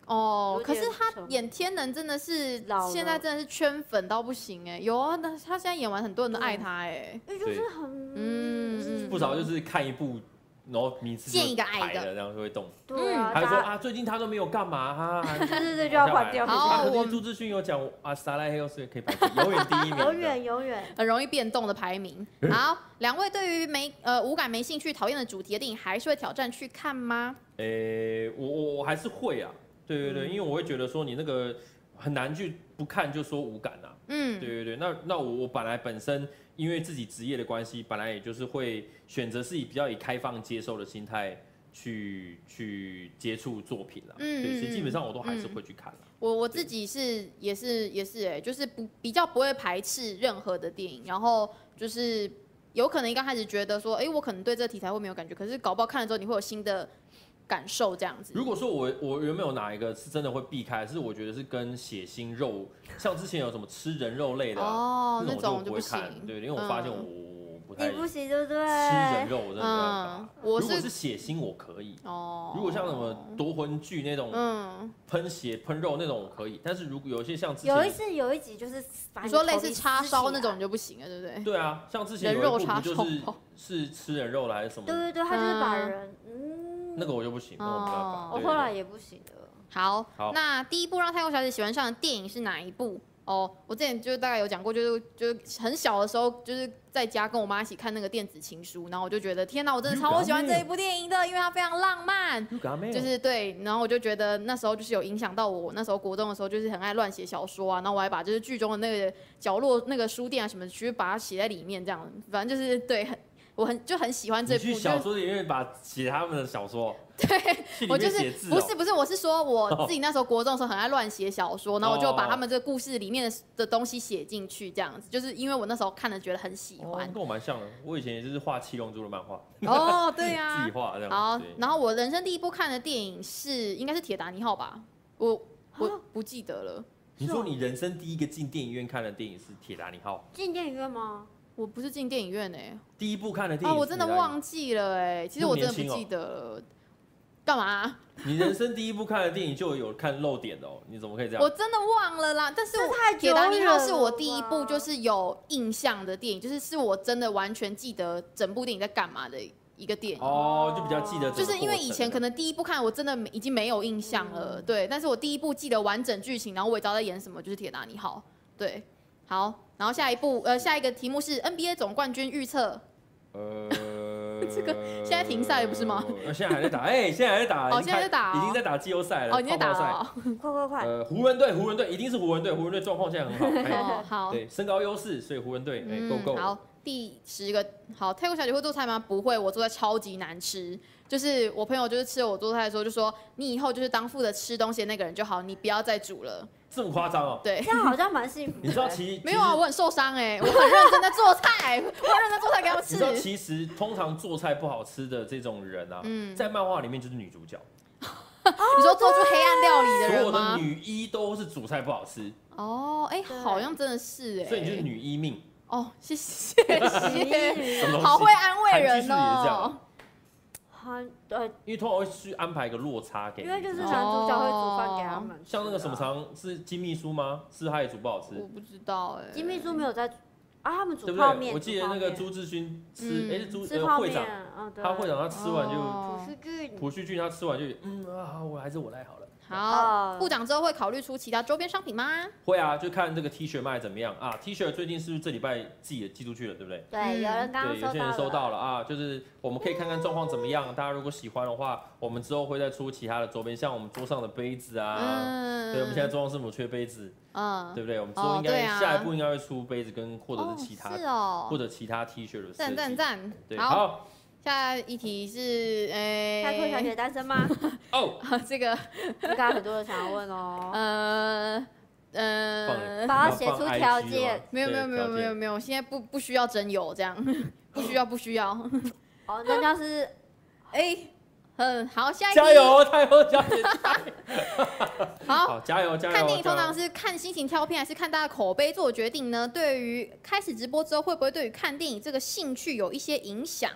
Speaker 2: 哦
Speaker 3: 有，
Speaker 2: 可是
Speaker 3: 点
Speaker 2: 他
Speaker 3: 沉
Speaker 2: 演天能真的是
Speaker 3: 老了
Speaker 2: 现在真的是圈粉到不行哎，有啊，那他现在演完很多人都爱
Speaker 3: 啊
Speaker 2: 他哎，
Speaker 3: 因为就是很
Speaker 2: 嗯
Speaker 3: 嗯，
Speaker 1: 不少就是看一部，然后名次就
Speaker 2: 见一个
Speaker 1: 排
Speaker 2: 爱的
Speaker 1: 了，然后就会动。
Speaker 3: 对啊，
Speaker 1: 还
Speaker 3: 大
Speaker 1: 说
Speaker 3: 家
Speaker 1: 啊，最近他都没有干嘛哈。还
Speaker 3: 对对对就要换掉
Speaker 1: 好
Speaker 2: 好
Speaker 1: 啊，可
Speaker 2: 我
Speaker 1: 是朱志勋有讲啊，撒拉黑又是可以排第一永远第一名 的，
Speaker 3: 永远永远
Speaker 2: 很容易变动的排名。
Speaker 1: 嗯
Speaker 2: 好，两位对于没呃无感没兴趣、讨厌的主题的电影，还是会挑战去看吗？
Speaker 1: 诶、我我我还是会啊，对对对，
Speaker 2: 嗯
Speaker 1: 因为我会觉得说你那个很难去不看就说无感啊，对
Speaker 2: 嗯，
Speaker 1: 对对，那那我我本来本身因为自己职业的关系，本来也就是会选择是以比较以开放接受的心态去去接触作品啦，
Speaker 2: 嗯
Speaker 1: 对，所以基本
Speaker 2: 嗯
Speaker 1: 上我都还是
Speaker 2: 嗯
Speaker 1: 会去看啦。
Speaker 2: 我我自己是也是也是哎、就是不比较不会排斥任何的电影，然后就是有可能一刚开始觉得说，哎、我可能对这题材会没有感觉，可是搞不好看了之后你会有新的感受这样子。
Speaker 1: 如果说我我原本有哪一个是真的会避开，是我觉得是跟血腥肉，像之前有什么吃人肉类的，
Speaker 2: 哦，
Speaker 1: 那
Speaker 2: 那
Speaker 1: 种我
Speaker 2: 种
Speaker 1: 就不
Speaker 2: 就不
Speaker 1: 会看，
Speaker 2: 行。
Speaker 1: 对，因为我发现
Speaker 2: 嗯
Speaker 1: 我我不太
Speaker 3: 你不
Speaker 1: 吃
Speaker 3: 行，对不对？
Speaker 1: 人肉，我真的没办
Speaker 2: 嗯
Speaker 1: 法。，
Speaker 2: 我
Speaker 1: 如果是
Speaker 2: 是
Speaker 1: 血腥我可以，
Speaker 2: 哦。
Speaker 1: 如果像什么夺魂剧那种
Speaker 2: 嗯，
Speaker 1: 喷血喷肉那种我可以，但是如果有一些像之
Speaker 3: 有一
Speaker 1: 前，
Speaker 3: 次有一集就是把
Speaker 2: 你说类
Speaker 3: 头
Speaker 2: 似
Speaker 3: 皮
Speaker 2: 叉
Speaker 3: 撕
Speaker 2: 烧
Speaker 3: 起
Speaker 2: 那
Speaker 3: 来
Speaker 2: 种你，就不行了，对不对？
Speaker 1: 对啊，像之前
Speaker 2: 人
Speaker 1: 有
Speaker 2: 肉
Speaker 1: 一部
Speaker 2: 叉
Speaker 1: 不就
Speaker 2: 烧
Speaker 1: 是
Speaker 2: 包
Speaker 1: 是吃人肉的还是什
Speaker 3: 对
Speaker 1: 么？
Speaker 3: 对对，他就是把
Speaker 2: 嗯
Speaker 3: 人，嗯，
Speaker 1: 那个我就不行，那我没办法。
Speaker 2: 哦
Speaker 3: 我
Speaker 1: 对
Speaker 3: 后
Speaker 1: 对
Speaker 3: 来
Speaker 1: 对
Speaker 3: 也不行了。
Speaker 2: 好，
Speaker 1: 好
Speaker 2: 那第一部让泰国小姐喜欢上的电影是哪一部？哦，我之前就大概有讲过，就是就是很小的时候，就是在家跟我妈一起看那个电子情书，然后我就觉得天哪，我真的超喜欢这一部电影的，因为它非常浪漫，
Speaker 1: You got mail
Speaker 2: 就是对，然后我就觉得那时候就是有影响到我，我那时候国中的时候就是很爱乱写小说啊，然后我还把就是剧中的那个角落那个书店啊什么，其实把它写在里面，这样，反正就是对，很我很就很喜欢这
Speaker 1: 你
Speaker 2: 部，
Speaker 1: 去
Speaker 2: 就是
Speaker 1: 小说里面把写他们的小 说，对
Speaker 2: 我就是不是不是，我是说
Speaker 1: 哦
Speaker 2: 我自己那时候国中的时候很爱乱写小说，然后我就
Speaker 1: 哦
Speaker 2: 把他们这个故事里面的的东西写进去，这样子，就是因为我那时候看了觉得很喜
Speaker 1: 哦，
Speaker 2: 欢
Speaker 1: 跟。我蛮像的。我以前也就是画七龙珠的漫画，
Speaker 2: 哦，对
Speaker 1: 自
Speaker 2: 啊
Speaker 1: 己。画这样
Speaker 2: 好
Speaker 1: 子。对，
Speaker 2: 然后我人生第一部看的电影是应该是《铁达尼号》吧，我我
Speaker 3: 啊
Speaker 2: 不记得了，
Speaker 1: 你说你人生第一个进电影院看的电影是《铁达尼号
Speaker 3: 进电影院吗？
Speaker 2: 我不是进电影院哎、》，
Speaker 1: 第一部看的电
Speaker 2: 啊，
Speaker 1: 影是
Speaker 2: 我
Speaker 1: 铁
Speaker 2: 真
Speaker 1: 达
Speaker 2: 的
Speaker 1: 尼，
Speaker 2: 忘记了哎、其实
Speaker 1: 那么
Speaker 2: 我真的
Speaker 1: 年
Speaker 2: 不
Speaker 1: 轻哦
Speaker 2: 记得了，干嘛啊、
Speaker 1: 你人生第一部看的电影就有看漏点的哦，你怎么可以这
Speaker 2: 我
Speaker 1: 样？
Speaker 2: 真的忘了啦，但是
Speaker 3: 这
Speaker 2: 我
Speaker 3: 太
Speaker 2: 《铁达尼
Speaker 3: 久
Speaker 2: 号》
Speaker 3: 远
Speaker 2: 是我
Speaker 3: 了
Speaker 2: 第一部
Speaker 3: 吧
Speaker 2: 就是有印象的电影，就是是我真的完全记得整部电影在干嘛的一个电影。
Speaker 1: 哦，就比较记得
Speaker 2: 就
Speaker 1: 整个过程，
Speaker 2: 是因为以前可能第一部看我真的没已经没有印象了，对，但是我第一部记得完整剧情，然后我也知道在演什么，就是《铁达尼号》。对，好，然后下一部呃下一个题目是 NBA 总冠军预测，
Speaker 1: 呃，
Speaker 2: 这个现在停赛了不是吗？
Speaker 1: 呃现在还在打，哎，现在还在打，
Speaker 2: 哦
Speaker 1: 已经开
Speaker 2: 现在在打哦
Speaker 1: 已经在打季后赛了，
Speaker 2: 哦你在打
Speaker 1: 泡泡赛
Speaker 2: 了
Speaker 3: 嗯快快快！
Speaker 1: 呃，湖人队，湖人队一定是湖人队，湖人队状况现在很 好，
Speaker 2: 哦，
Speaker 1: 哎
Speaker 2: 哦好，
Speaker 1: 对，身高优势，所以湖人队，哎
Speaker 2: 嗯，
Speaker 1: 够够，
Speaker 2: 好，第十个，好，泰国小姐会做菜吗？不会，我做菜超级难吃。就是我朋友就是吃了我做菜的时候就说，你以后就是当负责吃东西的那个人就好，你不要再煮了。
Speaker 1: 这么夸张哦？
Speaker 2: 对
Speaker 3: 这，样好像蛮幸 福的。
Speaker 1: 你知道其
Speaker 2: 没有啊，，我很受伤哎、我很认真在做 菜，我很认真做菜给他们
Speaker 1: 其实你知道
Speaker 2: 吃。
Speaker 1: 其实通常做菜不好吃的这种人啊，
Speaker 2: 嗯，
Speaker 1: 在漫画里面就是女主角，
Speaker 2: 你说做出黑暗料理的
Speaker 1: 所有的
Speaker 2: 人吗？
Speaker 1: 女一都是煮菜不好吃，
Speaker 2: 哦，哎、
Speaker 3: 对
Speaker 2: 好像真的是哎、
Speaker 1: 所以你就是女一命，
Speaker 2: 哦，谢谢谢谢，
Speaker 3: 其
Speaker 1: 什 么东西
Speaker 2: 好会安慰
Speaker 1: 韩剧是不是也是
Speaker 2: 人
Speaker 1: 这样
Speaker 2: 哦
Speaker 1: 啊。
Speaker 3: 很呃，
Speaker 1: 因为通常会去安排一个落差给你，
Speaker 3: 因为就是
Speaker 1: 你知道
Speaker 3: 男主角会煮饭给他们吃啊。
Speaker 1: 像那个什么常是金秘书吗？是他也煮不好吃，
Speaker 2: 我不知道哎、
Speaker 3: 金秘书没有在啊，他们
Speaker 1: 对
Speaker 3: 煮
Speaker 1: 不
Speaker 3: 泡面。
Speaker 1: 对？我记得
Speaker 3: 煮泡
Speaker 1: 那个
Speaker 3: 面
Speaker 1: 朱志勋吃，
Speaker 2: 嗯
Speaker 1: 哎，是朱
Speaker 3: 吃
Speaker 1: 呃
Speaker 3: 泡
Speaker 1: 会
Speaker 3: 面，
Speaker 1: 长，
Speaker 3: 嗯，对。
Speaker 1: 他会长他吃完就
Speaker 2: 哦
Speaker 3: 朴叙
Speaker 1: 朴
Speaker 3: 俊，
Speaker 1: 叙俊他吃完就嗯啊，好我还是我来好了。
Speaker 2: 好，
Speaker 1: 啊
Speaker 3: 哦
Speaker 2: 部长之后会考虑出其他周边商品吗？
Speaker 1: 会啊，就看这个 T 恤卖怎么样啊。T 恤最近是不是这礼拜寄也寄出去了，对不对？
Speaker 3: 对，有人刚刚
Speaker 1: 对，有些人收
Speaker 3: 收
Speaker 1: 到
Speaker 3: 到了。
Speaker 1: 了啊，就是我们可以看看状况怎么样。大家如果喜欢的话，我们之后会再出其他的周边，像我们桌上的杯子啊。
Speaker 2: 嗯，
Speaker 1: 对，我们现在桌上是母缺杯子，
Speaker 2: 嗯，
Speaker 1: 对不对？我们之后应
Speaker 2: 哦对
Speaker 1: 该、
Speaker 2: 啊
Speaker 1: 下一步应该会出杯子跟或者是其他、
Speaker 2: 哦是
Speaker 1: 或
Speaker 2: 哦，
Speaker 1: 者其他 T 恤的设
Speaker 2: 赞赞
Speaker 1: 计。
Speaker 2: 赞
Speaker 1: 对，，
Speaker 2: 好，
Speaker 1: 好
Speaker 2: 下一题是诶，
Speaker 3: 开阔小姐单身吗？
Speaker 1: 哦，
Speaker 2: 啊这个
Speaker 3: 应该很多人想要问哦。
Speaker 2: 呃
Speaker 1: 放
Speaker 2: 呃，
Speaker 3: 把它
Speaker 1: 要
Speaker 3: 写
Speaker 1: 放
Speaker 3: 出
Speaker 1: IG
Speaker 3: 条
Speaker 1: 了吗
Speaker 3: 件
Speaker 2: 没有
Speaker 1: 对
Speaker 2: 没有
Speaker 1: 条
Speaker 2: 没有没有
Speaker 1: 件
Speaker 2: 没有，现在不不需要真有这样， 不需要不需要，
Speaker 3: 哦，那要是
Speaker 2: 哎，嗯，好，下一题，
Speaker 1: 加油哦，加油，加油！
Speaker 2: 好。
Speaker 1: 好，加油，加油！
Speaker 2: 看电影
Speaker 1: 加
Speaker 2: 通
Speaker 1: 油
Speaker 2: 常是看心情挑片，还是看大家口碑做决定呢？对于开始直播之后，会不会对于看电影这个兴趣有一些影响？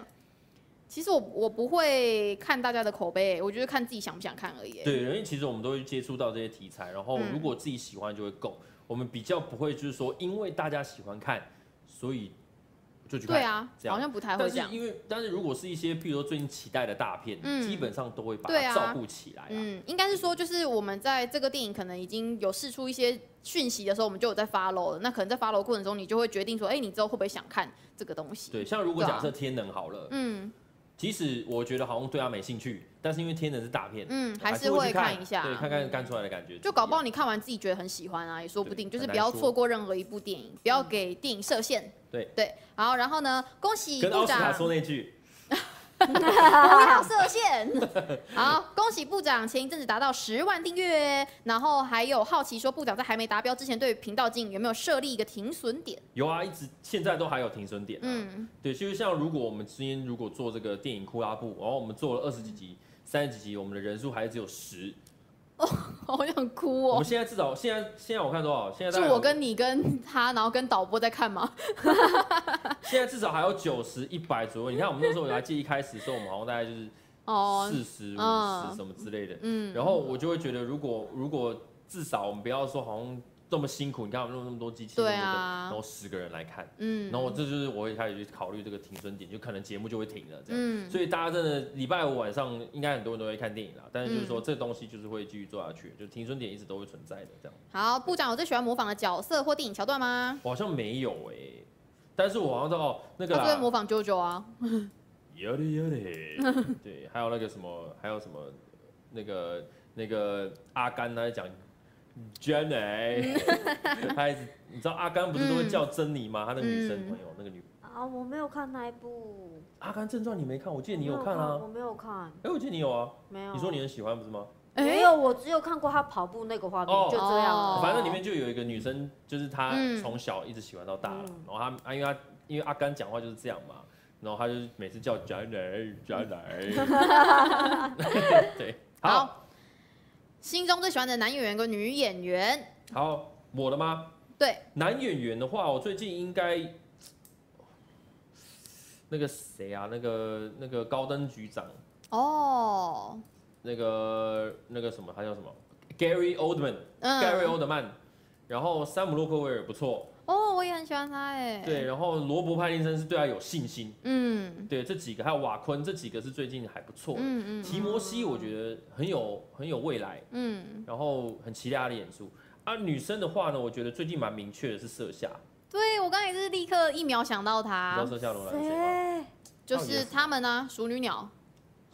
Speaker 2: 其实我我不会看大家的口碑，欸我就是看自己想不想看而已。欸
Speaker 1: 对，因为其实我们都会接触到这些题材，然后
Speaker 2: 嗯
Speaker 1: 如果自己喜欢就会够，我们比较不会就是说因为大家喜欢看，所以就去看。
Speaker 2: 对啊，
Speaker 1: 这样
Speaker 2: 好像不太会
Speaker 1: 但
Speaker 2: 这
Speaker 1: 是
Speaker 2: 样。
Speaker 1: 因为，但是如果是一些，譬如说最近期待的大片，
Speaker 2: 嗯
Speaker 1: 基本上都会把
Speaker 2: 对
Speaker 1: 它
Speaker 2: 啊
Speaker 1: 照顾起来、啊。
Speaker 2: 嗯，应该是说，就是我们在这个电影可能已经有试出一些讯息的时候，我们就有在 follow 了。那可能在 follow 过程中，你就会决定说，哎、你之后会不会想看这个东西？
Speaker 1: 对，，像如果
Speaker 2: 对啊
Speaker 1: 假设天能好了，
Speaker 2: 嗯
Speaker 1: 即使我觉得好像对他没兴趣，但是因为天能是大片，
Speaker 2: 嗯，
Speaker 1: 还
Speaker 2: 还是
Speaker 1: 会
Speaker 2: 会
Speaker 1: 去
Speaker 2: 看一下。嗯
Speaker 1: 对，看看干出来的感觉。
Speaker 2: 就搞不好你看完自己觉得很喜欢啊，也说不定。
Speaker 1: 对
Speaker 2: 就是
Speaker 1: 很难
Speaker 2: 不要
Speaker 1: 说嗯
Speaker 2: 错过任何一部电影，不要给电影设限。
Speaker 1: 对
Speaker 2: 对，好，然后呢，恭喜
Speaker 1: 跟奥
Speaker 2: 部
Speaker 1: 斯卡
Speaker 2: 长
Speaker 1: 说那句，
Speaker 2: 不要设限。 好，恭喜部长前一阵子达到十万订阅，然后还有好奇说部长在还没达标之前，对频道经营有没有设立一个停损点？
Speaker 1: 有啊，一直现在都还有停损点、啊。
Speaker 2: 嗯
Speaker 1: 对，就是像如果我们今天如果做这个电影库拉布，然后我们做了二十几集、三十几集，我们的人数还只有十。
Speaker 2: 好想哭
Speaker 1: 我
Speaker 2: 哦
Speaker 1: 们！现在至少现在现在我看多少？现在
Speaker 2: 是
Speaker 1: 大概有
Speaker 2: 我跟你跟他，然后跟导播在看吗？
Speaker 1: 现在至少还有九十一百左右。你看我们那时候来记一开始的时候，我们好像大概就是
Speaker 2: 哦，
Speaker 1: 四十五
Speaker 2: 嗯
Speaker 1: 十什么之类的。
Speaker 2: 嗯，
Speaker 1: 然后我就会觉得，如果如果至少我们不要说好像这么辛苦，你看我们弄那么多机器，
Speaker 2: 对
Speaker 1: 那么多
Speaker 2: 啊
Speaker 1: 然后十个人来看，
Speaker 2: 嗯，
Speaker 1: 然后这就是我会开始去考虑这个停损点，就可能节目就会停了这样。
Speaker 2: 嗯，
Speaker 1: 所以大家真的礼拜五晚上应该很多人都会看电影啦，但是就是说这东西就是会继续做下去，就停损点一直都会存在的这样。
Speaker 2: 好，部长有最喜欢模仿的角色或电影桥段吗？
Speaker 1: 我好像没有哎、但是我好像知道哦那个
Speaker 2: 他最会模
Speaker 1: 啦，
Speaker 2: 仿 JoJo 啊，
Speaker 1: 有的有的， 对，还有那个什么，还有什么那个那个阿甘他在讲 Jenny，他一直你知道阿甘不是都会叫珍妮吗？他那个女生
Speaker 2: 嗯
Speaker 1: 朋友那个女
Speaker 3: 啊，我没有看那一部。
Speaker 1: 阿甘正传你没看，我记得你有
Speaker 3: 我没
Speaker 1: 看啊
Speaker 3: 我，没有看，
Speaker 1: 哎，我记得你有啊，
Speaker 3: 没有。
Speaker 1: 你说你很喜欢不是吗？
Speaker 3: 没有？我只有看过他跑步那个画面
Speaker 1: 哦，
Speaker 3: 就这样
Speaker 2: 哦
Speaker 3: 了。
Speaker 1: 反正里面就有一个女生，就是她
Speaker 2: 嗯
Speaker 1: 从小一直喜欢到大了，
Speaker 3: 嗯
Speaker 1: 然后她，啊因为她因为阿甘讲话就是这样嘛，然后她就每次叫贾磊贾磊， 对，好
Speaker 2: 好，心中最喜欢的男演员跟女演员，
Speaker 1: 好我的吗？
Speaker 2: 对，
Speaker 1: 男演员的话，我最近应该那个谁啊，那个那个高登局长，
Speaker 2: 哦，
Speaker 1: 那个那个什么，他叫什么？Gary Oldman，Gary、
Speaker 2: 嗯，
Speaker 1: Oldman，然后山姆洛克威尔不错，
Speaker 2: 哦，我也很喜欢他，哎，
Speaker 1: 对，，然后罗伯·派丁森是对他有信心。
Speaker 2: 嗯，
Speaker 1: 对，这几个还有瓦昆，这几个是最近还不错的。
Speaker 2: 嗯嗯
Speaker 1: 提摩西我觉得很有很有未来，
Speaker 2: 嗯，
Speaker 1: 然后很期待他的演出。啊，女生的话呢，我觉得最近蛮明确的是射夏，
Speaker 2: 对我刚才也是立刻一秒想到
Speaker 1: 你知
Speaker 3: 啊
Speaker 2: 他
Speaker 1: 道，射夏罗兰是谁吗？
Speaker 3: 谁？
Speaker 2: 就是他们呢，熟女鸟，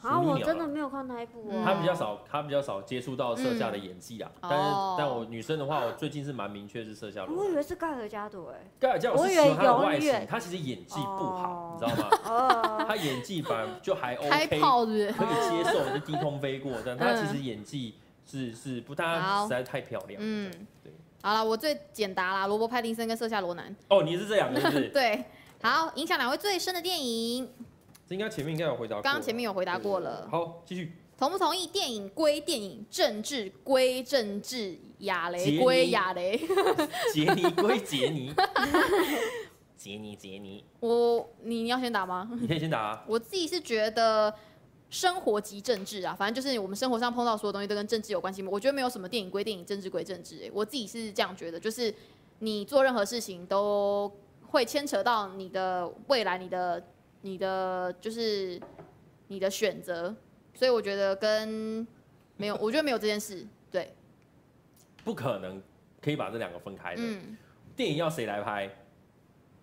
Speaker 3: 啊，
Speaker 1: 熟
Speaker 3: 我
Speaker 1: 女鸟
Speaker 3: 真的没有看那一部
Speaker 2: 嗯
Speaker 3: 哦。
Speaker 1: 她比较少，她比较少接触到射
Speaker 3: 嗯
Speaker 1: 夏的演技啊。但是
Speaker 2: 哦，
Speaker 1: 但我女生的话，我最近是蛮明确是射夏罗
Speaker 3: 我以
Speaker 1: 兰。
Speaker 3: 为是盖尔加朵哎。
Speaker 1: 盖尔加我
Speaker 3: 我
Speaker 1: 是
Speaker 3: 以
Speaker 1: 喜
Speaker 3: 为
Speaker 1: 欢她的
Speaker 3: 永
Speaker 1: 外形，
Speaker 3: 远
Speaker 1: 她其实演技不好，
Speaker 3: 哦
Speaker 1: 你知道吗？
Speaker 3: 哦，
Speaker 1: 她演技反而就 还哦 OK，
Speaker 2: 开炮是不是？
Speaker 1: 可以接受，就低空飞过这样。但她
Speaker 3: 嗯
Speaker 1: 其实演技是是不，她
Speaker 2: 好
Speaker 1: 实在太漂亮了。
Speaker 2: 嗯
Speaker 1: 嗯，对。
Speaker 2: 好了，我最简答啦，罗伯·派丁森跟瑟夏罗南，
Speaker 1: 哦，你是这两个是不 是？
Speaker 2: 对，好，影响两位最深的电影，
Speaker 1: 这应该前面应该有回答过了。
Speaker 2: 刚刚前面有回
Speaker 1: 回
Speaker 2: 答过了。
Speaker 1: 好，继续。
Speaker 2: 同不同意电影归电影，政治归政治，亚
Speaker 1: 杰尼
Speaker 2: 雷归亚雷？
Speaker 1: 杰尼归杰 尼，杰尼杰尼，
Speaker 2: 我你你要先打吗？
Speaker 1: 你可以先打啊。
Speaker 2: 我自己是觉得生活及政治啊，反正就是我们生活上碰到所有东西都跟政治有关系。我觉得没有什么电影归电影，政治归政治、欸我自己是这样觉得，就是你做任何事情都会牵扯到你的未来，你的你的就是你的选择，所以我觉得跟没有，我觉得没有这件事。对，
Speaker 1: 不可能可以把这两个分开的。
Speaker 2: 嗯
Speaker 1: 电影要谁来拍？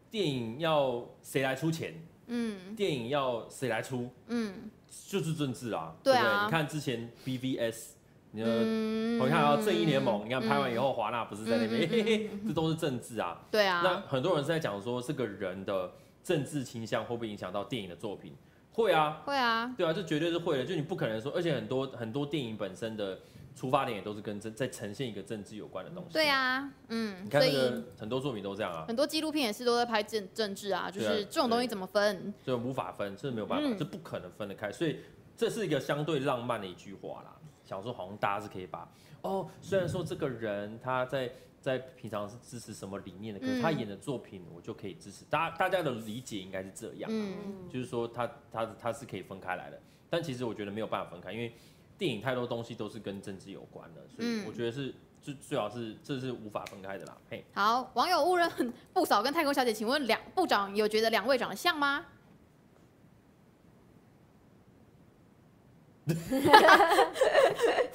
Speaker 1: 电影要谁来出钱？
Speaker 2: 嗯
Speaker 1: 电影要谁来出？
Speaker 2: 嗯。
Speaker 1: 就是政治啊，
Speaker 2: 对
Speaker 1: 不对？
Speaker 2: 啊
Speaker 1: 你看之前 BVS，你的
Speaker 2: 嗯
Speaker 1: 我看到正义联盟，你看拍完以
Speaker 2: 后，
Speaker 1: 后，华纳不是在那边，
Speaker 2: 嗯嗯嗯
Speaker 1: 嘿嘿嘿，这都是政治啊。
Speaker 2: 对
Speaker 1: 那
Speaker 2: 啊，
Speaker 1: 很多人是在讲说，这个人的政治倾向会不会影响到电影的作品？会啊，
Speaker 2: 会啊，
Speaker 1: 对啊，这绝对是会的。就你不可能说，而且很多很多电影本身的出发点也都是跟政在呈现一个政治有关的东西。
Speaker 2: 对，啊，嗯
Speaker 1: 你，看
Speaker 2: 所
Speaker 1: 那
Speaker 2: 以
Speaker 1: 个很多作品都这样啊，
Speaker 2: 很多纪录片也是都在拍政政治啊，就
Speaker 1: 对啊
Speaker 2: 是这种东西怎么分？
Speaker 1: 就无法分，这没有办法，
Speaker 2: 嗯
Speaker 1: 这不可能分得开。所以这是一个相对浪漫的一句话啦。想说好像大家是可以把哦，虽然说这个人他在在平常是支持什么理念的，可是他
Speaker 2: 嗯
Speaker 1: 演的作品我就可以支持。大家大家的理解应该是这样啊。
Speaker 2: 嗯
Speaker 1: 就是说它它它是可以分开来的，但其实我觉得没有办法分开，因为电影太多东西都是跟政治有关的，所以
Speaker 2: 嗯
Speaker 1: 我觉得是最、最好是这是无法分开的啦。嘿，
Speaker 2: 好，网友误认不少跟太空小姐，请问两部长有觉得两位长得像吗？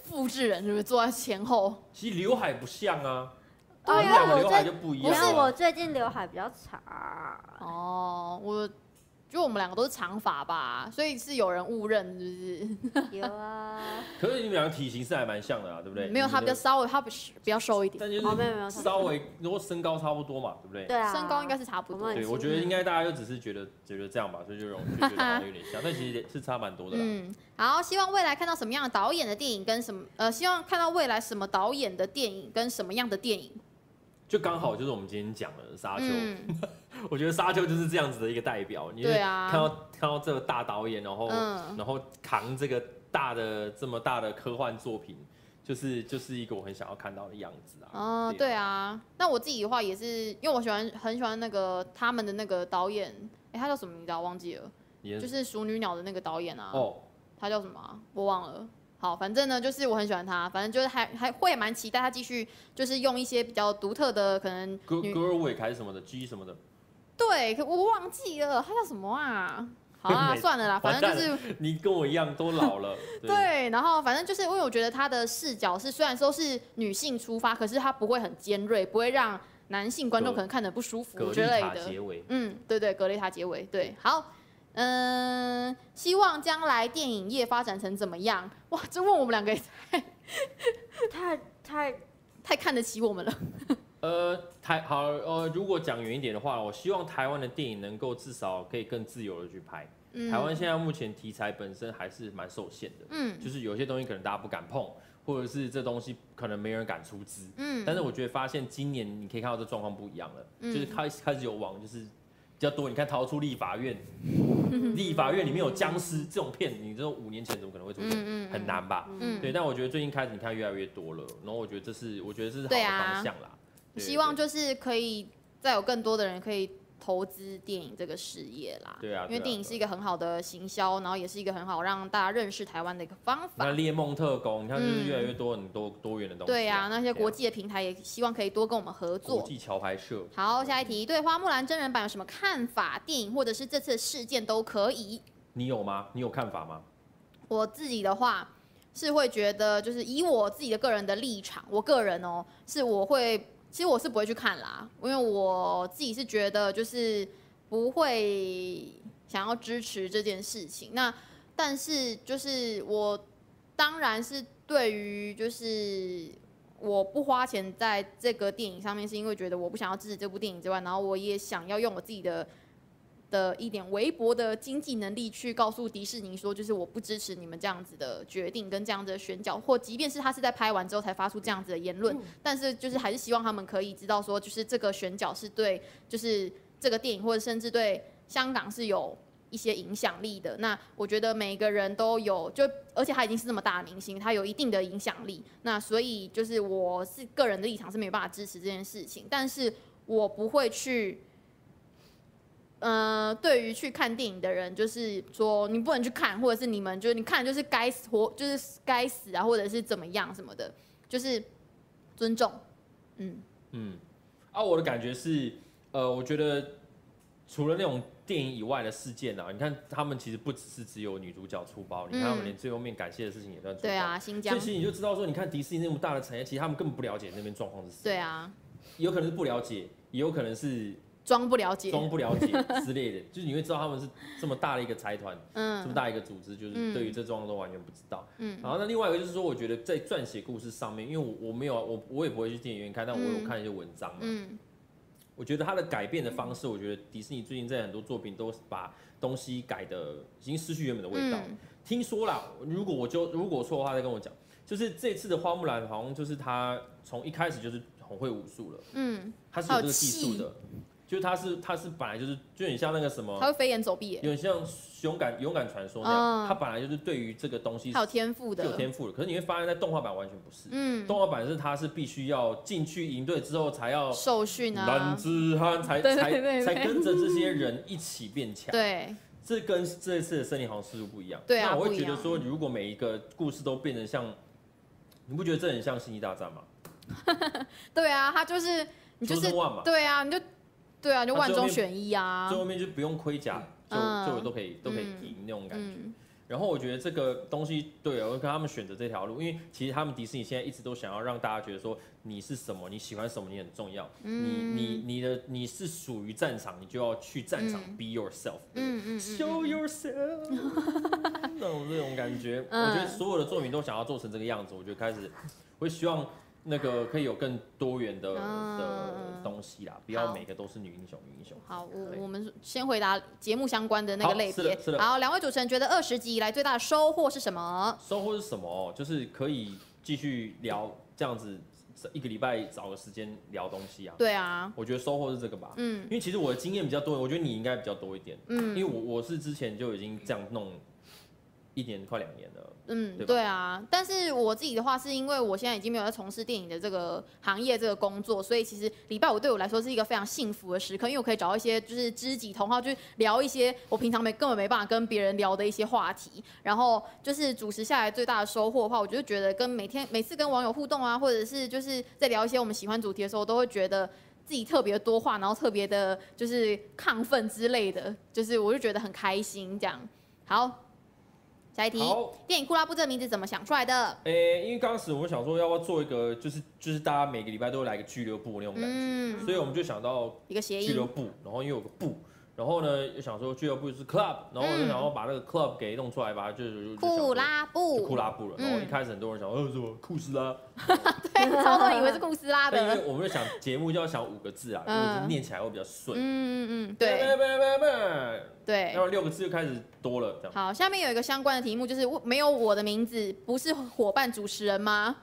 Speaker 2: 复制人是不是坐在前后？
Speaker 1: 其实刘海不像啊，
Speaker 3: 对
Speaker 1: 我们两
Speaker 3: 啊，
Speaker 1: 个
Speaker 3: 我
Speaker 1: 刘海
Speaker 3: 最
Speaker 1: 就不一
Speaker 3: 不
Speaker 1: 样、
Speaker 3: 是
Speaker 1: 啊。
Speaker 3: 我最近刘海比较长，
Speaker 2: 哦，我就我们两个都是长发吧，所以是有人误认是不是？
Speaker 3: 有啊，
Speaker 1: 可是你们两个体型是还蛮像的啊，对不对？
Speaker 2: 没有，
Speaker 1: 你
Speaker 2: 他
Speaker 1: 们
Speaker 2: 比较
Speaker 1: 的，
Speaker 2: 稍微，他比比较瘦一点，
Speaker 1: 但就
Speaker 3: 哦没有没有
Speaker 1: 是稍微如果身高差不多嘛，对不对？
Speaker 3: 对啊，
Speaker 2: 身高应该是差不
Speaker 3: 我
Speaker 2: 多
Speaker 3: 们。
Speaker 1: 对，我觉得应该大家就只是觉得觉得这样吧，所以就容就觉得好像有点像，但其实是差蛮多的啦。
Speaker 2: 嗯，好，希望未来看到什么样的导演的电影跟什么呃，希望看到未来什么导演的电影跟什么样的电影。
Speaker 1: 就刚好就是我们今天讲的沙丘，
Speaker 2: 嗯
Speaker 1: 我觉得沙丘就是这样子的一个代表，你就是
Speaker 2: 对啊
Speaker 1: 看到看到这个大导演，然后、
Speaker 2: 嗯
Speaker 1: 然后扛这个大的这么大的科幻作品，就是就是一个我很想要看到的样子啊。
Speaker 2: 哦，对啊，那我自己的话也是，因为我喜欢很喜欢那个他们的那个导演，哎、他叫什么名字啊？忘记了，
Speaker 1: 你的
Speaker 2: 就是《熟女鸟》的那个导演啊，
Speaker 1: 哦，
Speaker 2: 他叫什么啊、我忘了。好，反正呢，就是我很喜欢他，反正就是还还会蛮期待他继续，就是用一些比较独特的可能
Speaker 1: Girl
Speaker 2: 女
Speaker 1: Girl Week 还是什么的 G 什么的，
Speaker 2: 对，可我忘记了，他叫什么啊？好啊，
Speaker 1: 没
Speaker 2: 算了啦，反正
Speaker 1: 完
Speaker 2: 就
Speaker 1: 蛋
Speaker 2: 是
Speaker 1: 你跟我一样都老 了。
Speaker 2: 对，然后反正就是因为我觉得他的视角是虽然说是女性出发，可是他不会很尖锐，不会让男性观众
Speaker 1: 格
Speaker 2: 可能看得不舒服
Speaker 1: 格
Speaker 2: 之
Speaker 1: 力
Speaker 2: 类
Speaker 1: 塔
Speaker 2: 的。
Speaker 1: 结尾，
Speaker 2: 嗯，对对，格雷塔结尾，对，好，嗯，希望将来电影业发展成怎么样？哇，这问我们两个也
Speaker 3: 太太
Speaker 2: 太看得起我们了。
Speaker 1: 呃，台好呃，如果讲远一点的话，我希望台湾的电影能够至少可以更自由的去拍。
Speaker 2: 嗯，
Speaker 1: 台湾现在目前题材本身还是蛮受限的，
Speaker 2: 嗯
Speaker 1: 就是有些东西可能大家不敢碰，或者是这东西可能没人敢出资。
Speaker 2: 嗯，
Speaker 1: 但是我觉得发现今年你可以看到这状况不一样了，
Speaker 2: 嗯
Speaker 1: 就是开始开始有往就是比较多，你看逃出立法 院，立法院里面有僵尸这种片，你这种五年前怎么可能会出现？
Speaker 2: 嗯嗯
Speaker 1: 很难吧？
Speaker 2: 嗯
Speaker 1: 对，但我觉得最近开始你看越来越多了，然后我觉得这是我觉得这是好的
Speaker 2: 对啊
Speaker 1: 方向啦。对
Speaker 2: 希望
Speaker 1: 对
Speaker 2: 就是可以再有更多的人可以投资电影这个事业啦。
Speaker 1: 对啊对
Speaker 2: 因为
Speaker 1: 啊
Speaker 2: 电影
Speaker 1: 对啊
Speaker 2: 是一个很好的行销，然后也是一个很好让大家认识台湾的一个方
Speaker 1: 那
Speaker 2: 法。
Speaker 1: 猎梦特工，你看就是
Speaker 2: 嗯
Speaker 1: 越来越多很多多元的东西、
Speaker 2: 对
Speaker 1: 啊
Speaker 2: 啊，，那些国
Speaker 1: 对
Speaker 2: 际的平台也希望可以多跟我们合
Speaker 1: 啊国
Speaker 2: 作。
Speaker 1: 际桥牌社，
Speaker 2: 好，下一题，对《花木兰》真人版有什么看法？电影或者是这次事件都可以。
Speaker 1: 你有吗？你有看法吗？
Speaker 2: 我自己的话是会觉得，就是以我自己的个人的立场，我个人哦，是我会，其实我是不会去看啦，因为我自己是觉得就是不会想要支持这件事情。那但是就是我当然是对于就是。我不花钱在这个电影上面，是因为觉得我不想要支持这部电影之外，然后我也想要用我自己的的一点微薄的经济能力去告诉迪士尼说，就是我不支持你们这样子的决定跟这样子的选角，或即便是他是在拍完之后才发出这样子的言论，但是就是还是希望他们可以知道说，就是这个选角是对，就是这个电影或者甚至对香港是有。一些影响力的，那我觉得每个人都有，就而且他已经是这么大的明星，他有一定的影响力，那所以就是我是个人的立场是没有办法支持这件事情，但是我不会去呃，对于去看电影的人，就是说你不能去看，或者是你们就是你看就是该死活就是该死啊，或者是怎么样什么的，就是尊重。嗯
Speaker 1: 嗯，啊，我的感觉是，呃，我觉得除了那种电影以外的事件啊，你看他们其实不只是只有女主角出包，你看他们
Speaker 2: 嗯
Speaker 1: 连最后面感谢的事情也算出包。
Speaker 2: 对啊，新
Speaker 1: 所
Speaker 2: 疆
Speaker 1: 以，其实你就知道说，你看迪士尼那么大的产业，其实他们根本不了解那边状况是什么，
Speaker 2: 对啊，
Speaker 1: 有可能是不了解，也有可能是
Speaker 2: 装不了解，
Speaker 1: 装不了解之类 的，就是你会知道他们是这么大的一个财团，这么
Speaker 2: 嗯
Speaker 1: 大一个组织，就是
Speaker 2: 嗯
Speaker 1: 对于这状况都完全不知道。
Speaker 2: 嗯
Speaker 1: 然后那另外一个就是说，我觉得在撰写故事上面，因为我我没有我我也不会去电影院看，但我有
Speaker 2: 嗯
Speaker 1: 看一些文章嘛，
Speaker 2: 嗯
Speaker 1: 我觉得它的改变的方式，我觉得迪士尼最近在很多作品都把东西改的已经失去原本的味道。
Speaker 2: 嗯
Speaker 1: 听说啦，如果我就如果错的话再跟我讲。就是这次的花木兰好像就是她从一开始就是很会武术了，
Speaker 2: 嗯，
Speaker 1: 她是有这个技术的，就是她是她是本来就是就很像那个什么
Speaker 2: 他，会飞檐走壁耶，
Speaker 1: 哦有点像勇敢勇敢传说那样，
Speaker 2: 嗯
Speaker 1: 她本来就是对于这个东西
Speaker 2: 他有
Speaker 1: 是
Speaker 2: 天赋
Speaker 1: 有
Speaker 2: 的，
Speaker 1: 天赋的。可是你会发现在动画版完全不是，
Speaker 2: 嗯，
Speaker 1: 动画版是她是必须要进去营队之后才要
Speaker 2: 受训
Speaker 1: 男
Speaker 2: 啊，
Speaker 1: 子汉才
Speaker 2: 对对
Speaker 1: 才
Speaker 2: 对对
Speaker 1: 才跟着这些人一起变强。
Speaker 2: 对，
Speaker 1: 这跟这一次的森林好像思路不一样。
Speaker 2: 对啊
Speaker 1: 那我
Speaker 2: 不
Speaker 1: 会
Speaker 2: 一
Speaker 1: 觉得
Speaker 2: 样
Speaker 1: 说，如果每一个故事都变得像，你不觉得这很像星际大战吗？
Speaker 2: 对啊，他就是你就
Speaker 1: Chosen
Speaker 2: 是
Speaker 1: One 嘛，
Speaker 2: 对啊，你就对啊，你就
Speaker 1: 他
Speaker 2: 万
Speaker 1: 最后
Speaker 2: 中
Speaker 1: 面
Speaker 2: 选一啊
Speaker 1: 最，后面就不用盔甲，就
Speaker 2: 嗯
Speaker 1: 就都可以都可以
Speaker 2: 嗯
Speaker 1: 赢那种感觉。
Speaker 2: 嗯
Speaker 1: 然后我觉得这个东西对，我跟他们选择这条路，因为其实他们迪士尼现在一直都想要让大家觉得说你是什么，你喜欢什么，你很重要，
Speaker 2: 嗯
Speaker 1: 你你你的你是属于战场，你就要去战场、
Speaker 2: 嗯
Speaker 1: be yourself，对不对
Speaker 2: 嗯嗯嗯
Speaker 1: Show yourself，那种这种感觉，
Speaker 2: 嗯
Speaker 1: 我觉得所有的作品都想要做成这个样子，我觉得开始会希望那个可以有更多元的的
Speaker 2: 嗯
Speaker 1: 东西啦，不要
Speaker 2: 好
Speaker 1: 每个都是女英雄女英雄。
Speaker 2: 好，
Speaker 1: 对
Speaker 2: 我我们先回答节目相关的那个
Speaker 1: 好
Speaker 2: 类
Speaker 1: 是的
Speaker 2: 别
Speaker 1: 是。的
Speaker 2: 好，两位主持人觉得二十集以来最大的收获是什么？
Speaker 1: 收获是什么？就是可以继续聊这样子，一个礼拜找个时间聊东西啊。
Speaker 2: 对啊，
Speaker 1: 我觉得收获是这个吧，
Speaker 2: 嗯
Speaker 1: 因为其实我的经验比较多，我觉得你应该比较多一点，因
Speaker 2: 嗯
Speaker 1: 为我我是之前就已经这样弄一年快两年了。
Speaker 2: 嗯，
Speaker 1: 对吧
Speaker 2: 对啊，但是我自己的话，是因为我现在已经没有在从事电影的这个行业这个工作，所以其实礼拜五对我来说是一个非常幸福的时刻，因为我可以找到一些就是知己同好，去聊一些我平常没根本没办法跟别人聊的一些话题。然后就是主持下来最大的收获的话，我就觉得跟每天每次跟网友互动啊，或者是就是在聊一些我们喜欢主题的时候，我都会觉得自己特别多话，然后特别的就是亢奋之类的，就是我就觉得很开心这样。嗯好，下一题。
Speaker 1: 好，
Speaker 2: 电影《库拉布》这名字怎么想出来的？
Speaker 1: 诶、因为刚开始我想说要不要做一个，就是就是大家每个礼拜都来个俱乐部那种感觉，
Speaker 2: 嗯，
Speaker 1: 所以我们就想到
Speaker 2: 一个谐
Speaker 1: 俱乐
Speaker 2: 音。
Speaker 1: 部，然后因为有个部，然后呢又想说俱乐部就是 club，然后我就想要把那个 club 给弄出来吧，就是
Speaker 2: 嗯库拉
Speaker 1: 就
Speaker 2: 布，
Speaker 1: 库拉布了。然后
Speaker 2: 嗯
Speaker 1: 一开始很多人想，呃，什么库斯拉，
Speaker 2: 对，超多人以为是库斯拉
Speaker 1: 但因
Speaker 2: 的。
Speaker 1: 为我们就想节目就要想五个字啊，因
Speaker 2: 嗯
Speaker 1: 为我就念起来会比较
Speaker 2: 嗯
Speaker 1: 顺。
Speaker 2: 嗯嗯，对
Speaker 1: 拜拜拜拜
Speaker 2: 对
Speaker 1: 然。后六个字就开始多了，这样。
Speaker 2: 好，下面有一个相关的题目，就是我没有我的名字，不是伙伴主持人吗？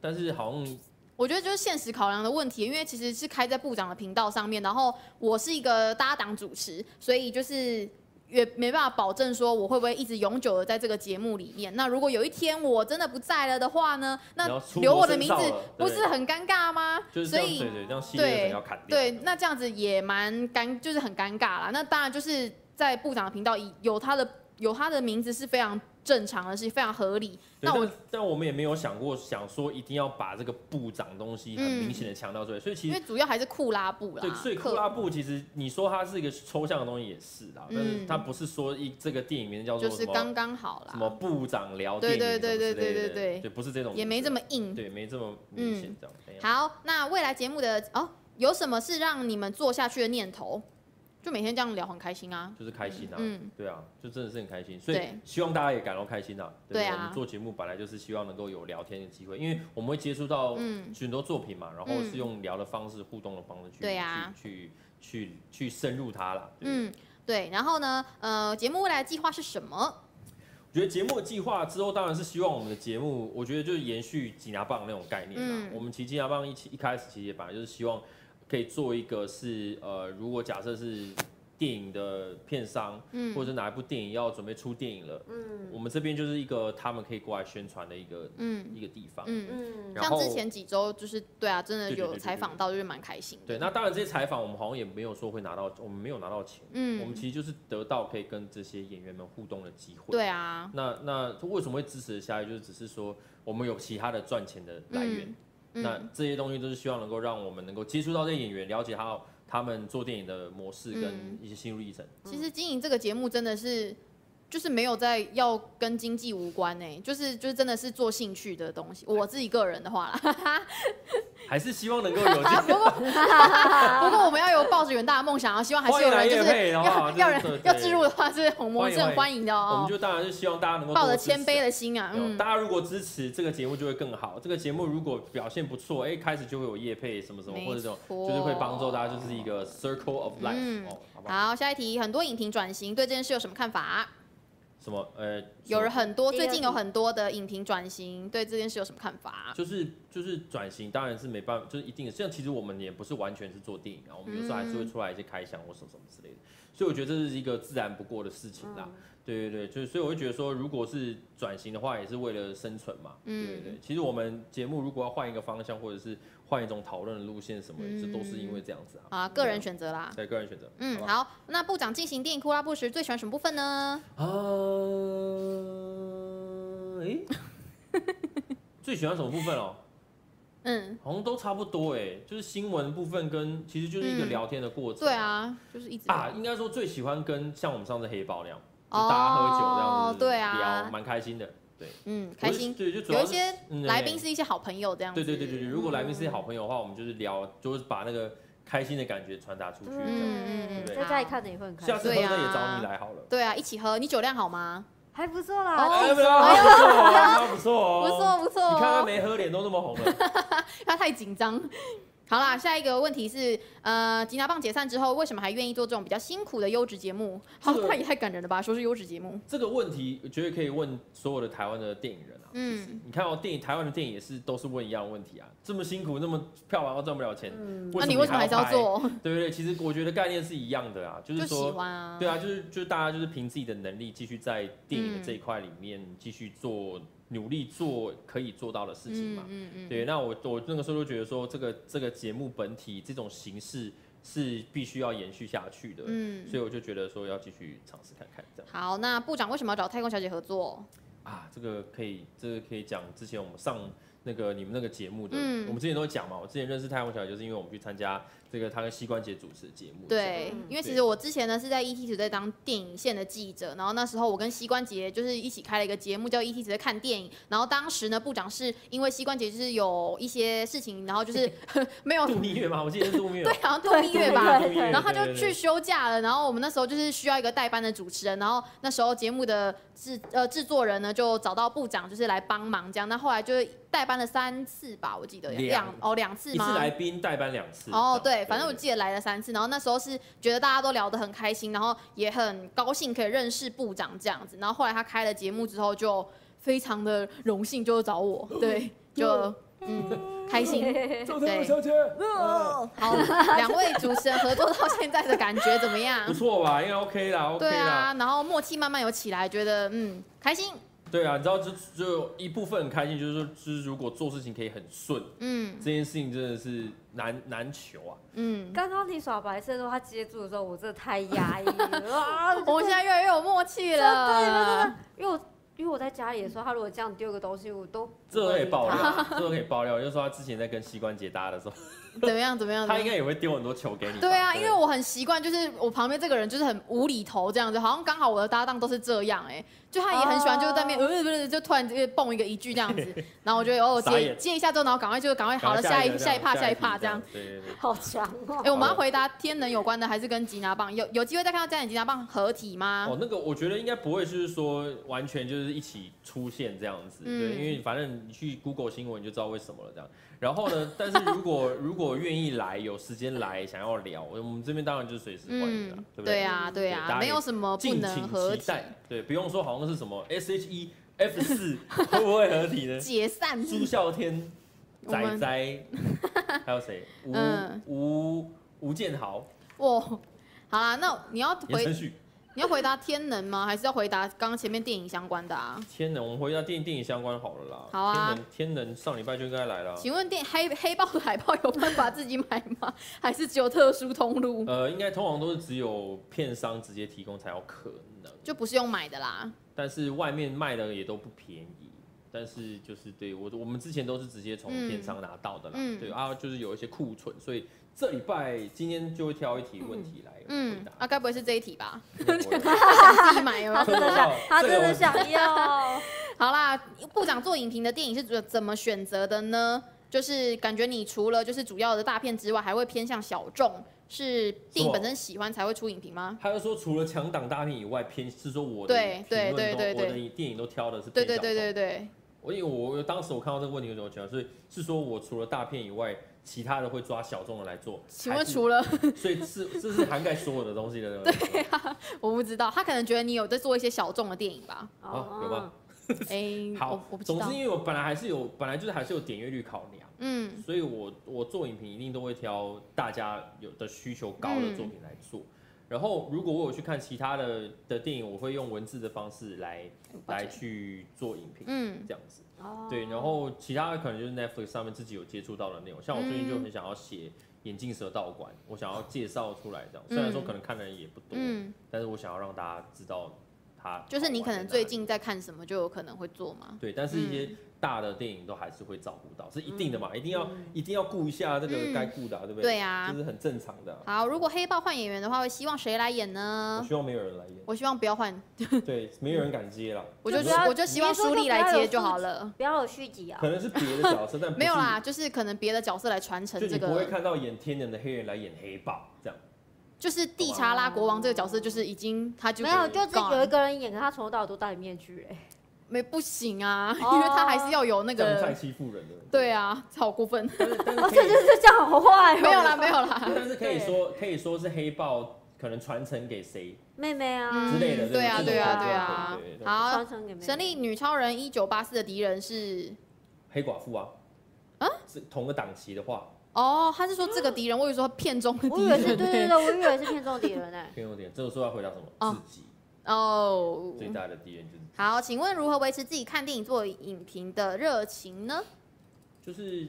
Speaker 1: 但是好像
Speaker 2: 我觉得就是现实考量的问题，因为其实是开在部长的频道上面，然后我是一个搭档主持，所以就是也没办法保证说我会不会一直永久的在这个节目里面。那如果有一天我真的不在了的话呢，那
Speaker 1: 你要出
Speaker 2: 留
Speaker 1: 国
Speaker 2: 我的
Speaker 1: 深
Speaker 2: 名
Speaker 1: 造
Speaker 2: 字
Speaker 1: 了
Speaker 2: 不
Speaker 1: 对
Speaker 2: 是很尴尬吗？
Speaker 1: 就是
Speaker 2: 所
Speaker 1: 这样，
Speaker 2: 以
Speaker 1: 对对，这样系列可能要砍掉。
Speaker 2: 对，那这样子也蛮尴，就是很尴尬啦。那当然就是在部长的频道以有他的有他的名字是非常正常的，是非常合理。
Speaker 1: 对
Speaker 2: 那我
Speaker 1: 但但我们也没有想过，想说一定要把这个部长东西很明
Speaker 2: 嗯
Speaker 1: 显的强调出来，所以其
Speaker 2: 因
Speaker 1: 实
Speaker 2: 为主要还是库拉布啦，
Speaker 1: 对，所以
Speaker 2: 克
Speaker 1: 库拉布其实你说它是一个抽象的东西也是啦，但是
Speaker 2: 嗯
Speaker 1: 它不是说一这个电影名叫
Speaker 2: 就
Speaker 1: 做
Speaker 2: 是
Speaker 1: 什
Speaker 2: 刚
Speaker 1: 么
Speaker 2: 刚好
Speaker 1: 什么
Speaker 2: 啦，
Speaker 1: 部长聊电影
Speaker 2: 对
Speaker 1: 什么
Speaker 2: 对
Speaker 1: 之类
Speaker 2: 对对对
Speaker 1: 的
Speaker 2: 对对
Speaker 1: 对，不是这种，
Speaker 2: 也没这么硬。
Speaker 1: 对，没这么明显这样。哎呀
Speaker 2: 好，那未来节目的哦，有什么是让你们做下去的念头？就每天这样聊很开心啊。
Speaker 1: 就是开心啊，
Speaker 2: 嗯
Speaker 1: 对啊，就真的是很开心，所以
Speaker 2: 对
Speaker 1: 希望大家也感到开心啊。不
Speaker 2: 对啊
Speaker 1: 我们做节目本来就是希望能够有聊天的机会，因为我们会接触到
Speaker 2: 嗯
Speaker 1: 许多作品嘛，然后
Speaker 2: 嗯
Speaker 1: 是用聊的方式、互动的方式去
Speaker 2: 对啊
Speaker 1: 去去去去深入它啦。对，
Speaker 2: 嗯，对。然后呢，呃，节目未来的计划是什么？
Speaker 1: 我觉得节目的计划之后，当然是希望我们的节目，我觉得就是延续吉拿棒那种概念啦。
Speaker 2: 嗯
Speaker 1: 我们其实吉拿棒一起一开始其实也本来就是希望可以做一个是呃，如果假设是电影的片商，
Speaker 2: 嗯
Speaker 1: 或者是哪一部电影要准备出电影了。
Speaker 3: 嗯
Speaker 1: 我们这边就是一个他们可以过来宣传的一个
Speaker 2: 嗯
Speaker 1: 一个地方。
Speaker 2: 嗯，
Speaker 3: 嗯
Speaker 1: 然
Speaker 2: 像
Speaker 1: 后
Speaker 2: 之前几周就是对啊，真的
Speaker 1: 对对对
Speaker 2: 有
Speaker 1: 对
Speaker 2: 采
Speaker 1: 对
Speaker 2: 访到，就是蛮开心的。
Speaker 1: 对，那当然这些采访我们好像也没有说会拿到，我们没有拿到钱，我们
Speaker 2: 嗯，
Speaker 1: 其实就是得到可以跟这些演员们互动的机会。
Speaker 2: 对啊，
Speaker 1: 那那为什么会支持得下来？就是只是说我们有其他的赚钱的来源，
Speaker 2: 嗯
Speaker 1: 那这些东西都是希望能够让我们能够接触到这些演员，了解他他们做电影的模式跟
Speaker 2: 嗯
Speaker 1: 一些心路历程。
Speaker 2: 其实经营这个节目真的是，就是没有在要跟经济无关呢、就是就是真的是做兴趣的东西。我自己个人的话啦，
Speaker 1: 还是希望能够 有这
Speaker 2: 不过我们要有抱着远大的梦想啊，希望还是有人就
Speaker 1: 欢迎来业
Speaker 2: 是
Speaker 1: 配哦好不好
Speaker 2: 要要人
Speaker 1: 这个对
Speaker 2: 要置入的话，是我们是很欢迎的
Speaker 1: 我们
Speaker 2: 哦、
Speaker 1: 就当然是希望大家能够
Speaker 2: 抱
Speaker 1: 多
Speaker 2: 着
Speaker 1: 支持
Speaker 2: 谦卑的心啊，
Speaker 1: 有
Speaker 2: 嗯
Speaker 1: 大，家如果支持这个节目就会更好。这个节目如果表现不错，哎、开始就会有业配什么什么，
Speaker 2: 没
Speaker 1: 或者这种
Speaker 2: 错
Speaker 1: 就是会帮助大家，就是一个 circle of life、
Speaker 2: 哦嗯
Speaker 1: 哦，好不好？
Speaker 2: 好，下一题，很多影评转型对这件事有什么看法？啊
Speaker 1: 什么呃，
Speaker 2: 有人很多
Speaker 3: 第二
Speaker 2: 最
Speaker 3: 题
Speaker 2: 近有很多的影评转型对这件事有什么看法？啊
Speaker 1: 就是就是转型，当然是没办法，就是一定的。像其实我们也不是完全是做电影啊，我们有时候还是会出来一些开箱或什么什么之类的，所以我觉得这是一个自然不过的事情啦。
Speaker 2: 嗯
Speaker 1: 对对对，就是所以我会觉得说，如果是转型的话，也是为了生存嘛。
Speaker 2: 嗯
Speaker 1: 对对对，其实我们节目如果要换一个方向，或者是换一种讨论的路线什么的，
Speaker 2: 嗯
Speaker 1: 这都是因为这样子啊。
Speaker 2: 啊，个人选择啦。
Speaker 1: 对个人选择。
Speaker 2: 嗯，
Speaker 1: 吧。
Speaker 2: 好，那部长进行电影库拉布时最喜欢什么部分呢？
Speaker 1: 啊，诶，最喜欢什么部分哦？
Speaker 2: 嗯，
Speaker 1: 好像都差不多诶，就是新闻部分跟其实就是一个
Speaker 2: 嗯
Speaker 1: 聊天的过程。
Speaker 2: 对。啊，就是一直
Speaker 1: 啊，应该说最喜欢跟像我们上次黑豹那样，就
Speaker 2: 哦
Speaker 1: 大家喝酒这样子
Speaker 2: 对啊
Speaker 1: 聊，蛮开心的。对，
Speaker 2: 嗯开
Speaker 1: 我
Speaker 2: 心。
Speaker 1: 是对，就主
Speaker 2: 有
Speaker 1: 要
Speaker 2: 一
Speaker 1: 是
Speaker 2: 些
Speaker 1: 嗯
Speaker 2: 来宾是一些好朋友这样子。嗯
Speaker 1: 对对对对对，如果来宾是好朋友的话，我们就是聊，就是把那个开心的感觉传达出去。这样
Speaker 2: 嗯嗯嗯
Speaker 3: 在家里看着也会很开
Speaker 1: 下
Speaker 3: 心，
Speaker 1: 次喝
Speaker 2: 对
Speaker 1: 那
Speaker 2: 啊
Speaker 1: 也找你来好了。
Speaker 2: 对啊，一起喝。你酒量好吗？
Speaker 3: 还不错
Speaker 2: 哦
Speaker 3: 啦。
Speaker 1: 哎，不错，不错哦， 他不错
Speaker 2: 不
Speaker 1: 哦，
Speaker 2: 错不错
Speaker 1: 你看他
Speaker 2: 哦，
Speaker 1: 没喝，脸都那么红了。
Speaker 2: 他太紧张。好啦，下一个问题是，呃，吉拿棒解散之后，为什么还愿意做这种比较辛苦的优质节目？好，
Speaker 1: 这个
Speaker 2: 那 也太感人了吧！说是优质节目，
Speaker 1: 这个问题，我觉得可以问所有的台湾的电影人啊。
Speaker 2: 嗯
Speaker 1: 嗯，你看哦，电影台湾的电影也是都是问一样的问题啊，这么辛苦，那么票房都赚不了钱，
Speaker 3: 嗯
Speaker 2: 那你为什么还是要
Speaker 1: 拍？
Speaker 2: 做？
Speaker 1: 对不对？其实我觉得概念是一样的啊，就是
Speaker 2: 就喜
Speaker 1: 说，
Speaker 2: 欢啊。
Speaker 1: 对啊，就是就是大家就是凭自己的能力继续在电
Speaker 2: 嗯
Speaker 1: 影的这一块里面继续做努力做可以做到的事情嘛。
Speaker 2: 嗯嗯
Speaker 1: 对，那我我那个时候就觉得说，这个这个节目本体这种形式是必须要延续下去的，
Speaker 2: 嗯
Speaker 1: 所以我就觉得说要继续尝试看看这样
Speaker 2: 好，那部长为什么要找太空小姐合作？
Speaker 1: 啊，这个可以这个可以讲之前我们上。那个你们那个节目的，
Speaker 2: 嗯
Speaker 1: 我们之前都有讲嘛。我之前认识太空小姐，就是因为我们去参加这个她跟膝关节主持的节目。
Speaker 2: 对
Speaker 3: 嗯，
Speaker 2: 因为其
Speaker 1: 对
Speaker 2: 实我之前呢是在 ET 时代当电影线的记者，然后那时候我跟膝关节就是一起开了一个节目叫 E ET 时代看电影，然后当时呢部长是因为膝关节就是有一些事情，然后就是 没有
Speaker 1: 度蜜月嘛，我记得是度蜜月。
Speaker 2: 对，好像度蜜月吧，
Speaker 3: 对对
Speaker 2: 然后他就
Speaker 1: 对对
Speaker 2: 去
Speaker 1: 对
Speaker 2: 休假了，然后我们那时候就是需要一个代班的主持人，然后那时候节目的制呃制作人呢就找到部长就是来帮忙这样，那后来就是代班了三次吧，我记得
Speaker 1: 两
Speaker 2: 哦两次
Speaker 1: 一
Speaker 2: 吗？
Speaker 1: 次来宾代班两次。
Speaker 2: 哦，
Speaker 1: 这样
Speaker 2: 对，反正我记得来了三次，然后那时候是觉得大家都聊得很开心，然后也很高兴可以认识部长这样子，然后后来他开了节目之后，就非常的荣幸就找我， 对，就嗯开心。
Speaker 4: 赵
Speaker 2: 对嗯
Speaker 4: 姐，
Speaker 2: 好，两位主持人合作到现在的感觉怎么
Speaker 4: 嗯
Speaker 2: 样
Speaker 1: 不？错吧？应该 OK 啦，OK
Speaker 2: 对
Speaker 1: 啦。
Speaker 2: 啊，然后默契慢慢有起来，觉得嗯开心，
Speaker 1: 对啊，你知道就就一部分很开心，就是说，就是如果做事情可以很顺，
Speaker 2: 嗯
Speaker 1: 这件事情真的是难难求啊。
Speaker 2: 嗯。
Speaker 3: 刚刚你耍白色的时候，他接住的时候，我真的太压抑了啊！
Speaker 2: 我们现在越来越有默契了，
Speaker 3: 因为我因为我在家里的时候，他如果这样丢个东西，我都不
Speaker 1: 这都可以
Speaker 3: 会理
Speaker 1: 爆
Speaker 2: 嗯
Speaker 3: 他
Speaker 1: 料，这都可以爆料。就是说他之前在跟膝关节搭的时候，
Speaker 2: 怎么样？怎么样？怎么
Speaker 1: 他
Speaker 2: 样
Speaker 1: 应该也会丢很多球给你吧。
Speaker 2: 嗯对啊，因为我很习惯，就是我旁边这个人就是很无厘头这样子，好像刚好我的搭档都是这样哎、就他也很喜欢，就是在那边呃不是不是，就突然就蹦一个一句这样子， 然后我就哦
Speaker 1: 傻眼
Speaker 2: 接接一下之后，然后赶快就赶快好了，下一下一趴下一趴这样。。
Speaker 1: 对对对。
Speaker 3: 好强
Speaker 2: 哎、
Speaker 3: 哦！
Speaker 2: 我们要回答天能有关的，还是跟吉拿棒有有机会再看到加点吉拿棒合体吗？
Speaker 1: 哦，那个我觉得应该不会就是说完全就是一起出现这样子，
Speaker 2: 嗯
Speaker 1: 对，因为反正你去 Google 新闻你就知道为什么了这样。然后 呢，但是如果如果愿意来，有时间来想要聊，我们这边当然就是随时欢迎了，对不
Speaker 2: 对
Speaker 1: 对？
Speaker 2: 啊，对
Speaker 1: 对
Speaker 2: 啊
Speaker 1: 大，家
Speaker 2: 没有什么不
Speaker 1: 敬
Speaker 2: 能合
Speaker 1: 请
Speaker 2: 体
Speaker 1: 期待，对，不用说好像是什么 S H E F 四会不会合体呢？
Speaker 2: 解散。
Speaker 1: 朱孝天、
Speaker 2: 我
Speaker 1: 仔
Speaker 2: 们
Speaker 1: 仔，还有谁？吴
Speaker 2: 嗯
Speaker 1: 吴吴建豪、
Speaker 2: 哇，好啦，那你要
Speaker 1: 言
Speaker 2: 回
Speaker 1: 承旭。
Speaker 2: 你要回答天能吗？还是要回答刚刚前面电影相关的啊？
Speaker 1: 天能，我们回到电电影相关好了啦。
Speaker 2: 好啊
Speaker 1: 天能，天能上礼拜就应该来了。
Speaker 2: 请问电黑黑豹的海报有办法自己买吗？ 还是只有特殊通路？
Speaker 1: 呃，应该通常都是只有片商直接提供才有可能，
Speaker 2: 就不是用买的啦。
Speaker 1: 但是外面卖的也都不便宜。但是就是对我我们之前都是直接从
Speaker 2: 嗯
Speaker 1: 片商拿到的啦，
Speaker 2: 嗯
Speaker 1: 对啊，就是有一些库存，所以这礼拜今天就会挑一题问题来回
Speaker 2: 嗯，
Speaker 1: 答。
Speaker 2: 啊，该不会是这一 题吧？
Speaker 1: 我也
Speaker 2: 自己买
Speaker 3: 他
Speaker 2: 哦。
Speaker 3: 真的想，他真的想 要。
Speaker 2: 好啦，部长做影评的电影是怎怎么选择的呢？就是感觉你除了就是主要的大片之外，还会偏向小众，是电影本身喜欢才会出影评吗？
Speaker 1: 他就说除了强档大片以外，偏是说我的
Speaker 2: 对对
Speaker 1: 评论
Speaker 2: 对对
Speaker 1: 都
Speaker 2: 对
Speaker 1: 我的电影都挑的是
Speaker 2: 对
Speaker 1: 偏
Speaker 2: 对
Speaker 1: 小众
Speaker 2: 对对对，
Speaker 1: 我因为我我当时我看到这个问题有什么想，所以是说我除了大片以外，其他的会抓小众的来做。
Speaker 2: 请问
Speaker 1: 还是
Speaker 2: 除了
Speaker 1: 所以是这是涵盖所有的东西的。 对
Speaker 2: 啊我不知道，他可能觉得你有在做一些小众的电影 吧？
Speaker 1: 好，有吗？
Speaker 2: 哎，我
Speaker 1: 好
Speaker 2: 我不，知
Speaker 1: 总
Speaker 2: 道
Speaker 1: 之。因为我本来还是有，本来就是还是有点阅率考量，
Speaker 2: 嗯
Speaker 1: 所以我我做影评一定都会挑大家有的需求高的作品来
Speaker 2: 嗯
Speaker 1: 做。然后如果我有去看其他的的电影，我会用文字的方式来来去做影评，
Speaker 2: 嗯
Speaker 1: 这样子。
Speaker 3: 哦
Speaker 1: 对，然后其他的可能就是 Netflix 上面自己有接触到的内容，像我最近就
Speaker 2: 嗯
Speaker 1: 很想要写眼镜蛇道馆，我想要介绍出来这样，虽然说可能看的人也不多，
Speaker 2: 哦嗯，
Speaker 1: 但是我想要让大家知道它。
Speaker 2: 就是你可能最近嗯在看什么，就有可能会做吗？
Speaker 1: 对，但是一些大的电影都还是会照顾到，是一定的嘛，一定要、一定要顾一下这个该顾的、啊，对不对？
Speaker 2: 嗯对啊
Speaker 1: 这是很正常的啊、
Speaker 2: 好，啊如果黑豹换演员的话，会希望谁来演
Speaker 1: 我
Speaker 2: 呢？
Speaker 1: 希望没有人来演，
Speaker 2: 我希望不要换，
Speaker 1: 对，没有人敢接了，
Speaker 2: 我就
Speaker 1: 可能
Speaker 2: 我就希望舒丽来接就好了。
Speaker 3: 不要有续集啊
Speaker 1: 可！能是别的角色，但不是
Speaker 2: 没有啦，，就是可能别的角色来传承
Speaker 1: 就
Speaker 2: 这
Speaker 1: 你不会
Speaker 2: 个，
Speaker 1: 看到演天人的黑人来演黑豹这样。
Speaker 2: 就是蒂查拉国王这个角色，就是已经他就
Speaker 3: 没有，就只有一
Speaker 2: 个
Speaker 3: 个人演，可他从头到尾都戴面具哎。
Speaker 2: 没不行啊，
Speaker 3: 哦
Speaker 2: 因为他还是要有那
Speaker 1: 这样太
Speaker 2: 个，
Speaker 1: 欺负人了。
Speaker 2: 对啊，好过分，
Speaker 1: 但是，但是
Speaker 3: 哦，
Speaker 1: 可以啊
Speaker 3: 对对对，这样好坏 哦。
Speaker 2: 没有啦，没有啦，
Speaker 1: 但是可以说可以说是黑豹可能传承给谁？
Speaker 3: 妹妹啊，
Speaker 1: 之类的
Speaker 2: 嗯对啊，
Speaker 3: 这种
Speaker 2: 对啊，
Speaker 3: 就
Speaker 2: 对啊
Speaker 1: 对对，对
Speaker 2: 好
Speaker 3: 传，承给妹妹。
Speaker 2: 神力女超人一九八四的敌人是。
Speaker 1: 黑寡妇啊？
Speaker 2: 啊？
Speaker 1: 是同个档期的话，
Speaker 2: 哦，他是说这个敌人，我以为说片中的
Speaker 3: 我
Speaker 2: 敌
Speaker 3: 以
Speaker 2: 人
Speaker 3: 为是对对对，我以为是片中敌人哎。
Speaker 1: 可以用点。这个时候要回答什
Speaker 2: 哦
Speaker 1: 么？自己
Speaker 2: 哦。
Speaker 1: 最大的敌人就是
Speaker 2: 好，请问如何维持自己看电影做影评的热情呢？
Speaker 1: 就是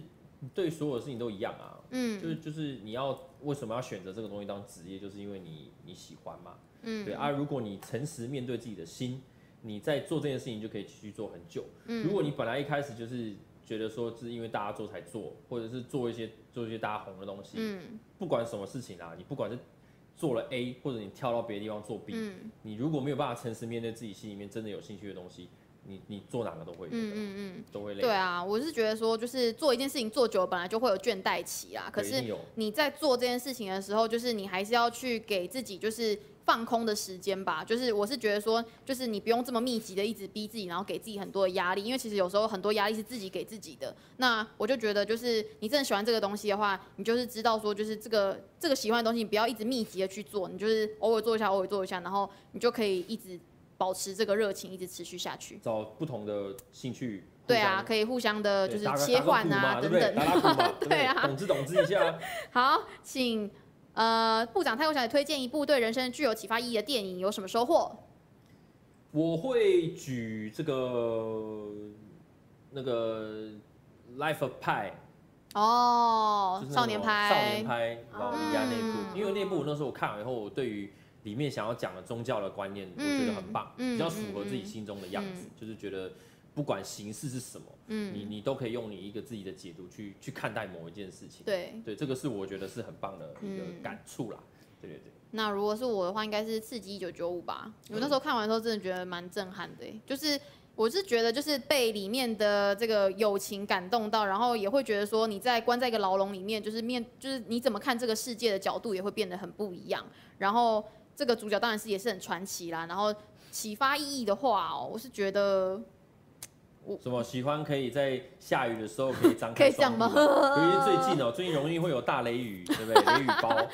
Speaker 1: 对所有的事情都一样啊。就是
Speaker 2: 嗯
Speaker 1: 就是你要为什么要选择这个东西当职业，就是因为你你喜欢嘛。对
Speaker 2: 嗯
Speaker 1: 啊，如果你诚实面对自己的心，你在做这件事情就可以继续做很久。如
Speaker 2: 嗯
Speaker 1: 果你本来一开始就是觉得说是因为大家做才做，或者是做一些做一些大家红的东西，
Speaker 2: 嗯
Speaker 1: 不管什么事情啊，你不管是做了 A，或者你跳到别的地方做 B，、
Speaker 2: 嗯
Speaker 1: 你如果没有办法诚实面对自己心里面真的有兴趣的东西，你你做哪个都会那
Speaker 2: 嗯
Speaker 1: 个
Speaker 2: 嗯
Speaker 1: 都会
Speaker 2: 嗯，
Speaker 1: 累。
Speaker 2: 对啊，我是觉得说，就是做一件事情做久了，本来就会有倦怠期啦。可
Speaker 1: 对，一定
Speaker 2: 是
Speaker 1: 有
Speaker 2: 你在做这件事情的时候，就是你还是要去给自己就是放空的时间吧。就是我是觉得说，就是你不用这么密集的一直逼自己，然后给自己很多的压力，因为其实有时候很多压力是自己给自己的。那我就觉得，就是你真的喜欢这个东西的话，你就是知道说，就是这个这个喜欢的东西，你不要一直密集的去做，你就是偶尔做一下，偶尔做一下，然后你就可以一直保持这个热情，一直持续下去。
Speaker 1: 找不同的兴趣。
Speaker 2: 对啊，
Speaker 1: 互
Speaker 2: 可以互相的
Speaker 1: 相，
Speaker 2: 就是
Speaker 1: 对打个
Speaker 2: 切换
Speaker 1: 打
Speaker 2: 啊
Speaker 1: 个鼓嘛对不
Speaker 2: 等
Speaker 1: 对
Speaker 2: 等
Speaker 1: 打。 打鼓嘛，对不
Speaker 2: 对
Speaker 1: 对
Speaker 2: 啊
Speaker 1: 懂之懂之一下啊。
Speaker 2: 好，请呃部长太空小姐推荐一部对人生具有启发意义的电影，有什么收获？
Speaker 1: 我会举这个那个 Life of Pi，
Speaker 2: 哦
Speaker 1: 就，是那
Speaker 2: 少年
Speaker 1: 种少
Speaker 2: 派
Speaker 1: 年，拍老人家那一部，
Speaker 2: 嗯
Speaker 1: 因为那部我那时候我看完以后，我对于里面想要讲的宗教的观念，我觉得很棒，
Speaker 2: 嗯嗯
Speaker 1: 比较符合自己心中的样子，
Speaker 2: 嗯
Speaker 1: 就是觉得不管形式是什么，你
Speaker 2: 嗯，
Speaker 1: 你都可以用你一个自己的解读去去看待某一件事情。
Speaker 2: 对。
Speaker 1: 对，这个是我觉得是很棒的一个
Speaker 2: 嗯
Speaker 1: 感触啦。对对对，
Speaker 2: 那如果是我的话，应该是《刺激一九九五》吧。我那时候看完的时候，真的觉得蛮震撼的、欸，就是。我是觉得，就是被里面的这个友情感动到，然后也会觉得说，你在关在一个牢笼里面，就是面，就是你怎么看这个世界的角度也会变得很不一样。然后这个主角当然是也是很传奇啦。然后启发意义的话、哦，我是觉得
Speaker 1: 什么喜欢可以在下雨的时候可以张
Speaker 2: 可以
Speaker 1: 开
Speaker 2: 这样
Speaker 1: 双
Speaker 2: 吗
Speaker 1: 臂，尤其是最近哦，最近容易会有大雷雨，对不对？雷雨包，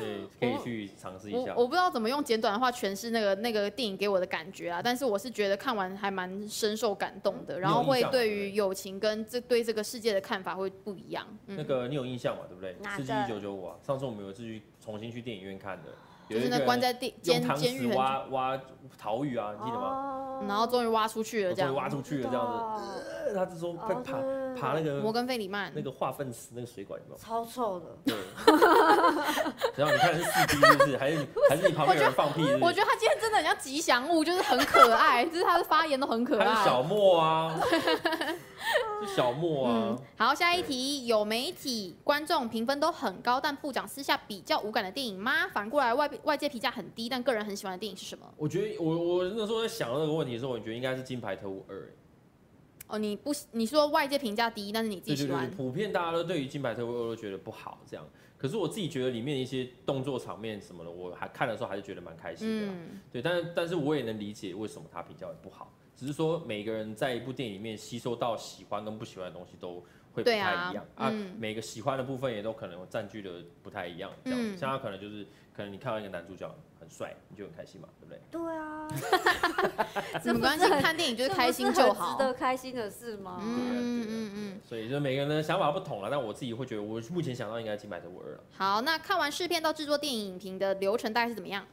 Speaker 1: 对，可以去尝试一
Speaker 2: 我
Speaker 1: 下。
Speaker 2: 我不知道怎么用简短的话诠释那个那个电影给我的感觉啊，但是我是觉得看完还蛮深受感动的，
Speaker 1: 嗯
Speaker 2: 然后
Speaker 1: 你有印
Speaker 2: 会
Speaker 1: 象吗
Speaker 2: 对于友情跟这对这个世界的看法会不一样。嗯，
Speaker 1: 那个你有印象嘛？对不对？
Speaker 3: 哪
Speaker 1: 《
Speaker 3: 个
Speaker 1: 世纪一九九五》啊，上次我们有一次去重新去电影院看的，有
Speaker 2: 就
Speaker 1: 一
Speaker 2: 是
Speaker 1: 个
Speaker 2: 那
Speaker 1: 人
Speaker 2: 关在地
Speaker 1: 用
Speaker 2: 监
Speaker 1: 汤
Speaker 2: 监
Speaker 1: 匙
Speaker 2: 狱很久，
Speaker 1: 挖挖逃狱 啊，你记得吗？
Speaker 3: 哦
Speaker 2: 然后终于挖出去了
Speaker 1: 我
Speaker 2: 这
Speaker 1: 哦终于
Speaker 2: 样。哦
Speaker 1: 挖出去了这样
Speaker 3: 子，
Speaker 1: 子，呃他是说在
Speaker 3: 哦
Speaker 1: 爬
Speaker 3: 对
Speaker 1: 爬那个
Speaker 2: 摩根费里曼
Speaker 1: 那个化粪池那个水管 有没有？
Speaker 3: 超臭的。
Speaker 1: 对， 然后你看是四 D 是不是？还 是还是你旁边有人放屁是不
Speaker 2: 我
Speaker 1: 是？
Speaker 2: 觉得他今天真的很像吉祥物，就是很可爱，就是他的发言都很可
Speaker 1: 他是
Speaker 2: 爱。
Speaker 1: 小莫 啊，是小莫啊
Speaker 2: 嗯，，好，下一题，有媒体观众评分都很高，但部长私下比较无感的电影吗？反过来外外界评价很低，但个人很喜欢的电影是什么？
Speaker 1: 我觉得我我那时候在想那个问题的时候，我觉得应该是《金牌特务二》欸。
Speaker 2: 哦，你不喜你说外界评价低，但是你自己
Speaker 1: 对对
Speaker 2: 喜欢
Speaker 1: 对，，普遍大家都对于金牌特务二都觉得不好这样。可是我自己觉得里面一些动作场面什么的，我还看的时候还是觉得蛮开心的啦。啊
Speaker 2: 嗯
Speaker 1: 对，但是但是我也能理解为什么它评价会不好，只是说每个人在一部电影里面吸收到喜欢跟不喜欢的东西都会不太
Speaker 2: 对
Speaker 1: 一
Speaker 2: 啊
Speaker 1: 样
Speaker 2: 嗯
Speaker 1: 每个喜欢的部分也都可能占据的不太一样。这样，
Speaker 2: 嗯
Speaker 1: 像他可能就是可能你看到一个男主角很帅，你就很开心嘛，对不对？
Speaker 3: 对 啊，
Speaker 2: 没关系，看电影就是开心就好
Speaker 3: 这不是很值。得开心的事吗？
Speaker 1: 对啊对啊
Speaker 2: 嗯
Speaker 1: 对啊
Speaker 2: 嗯嗯
Speaker 1: 所以就是每个人的想法不同了，但我自己会觉得，我目前想到应该金牌特务二了。
Speaker 2: 好，那看完试片到制作电影影评的流程大概是怎么样？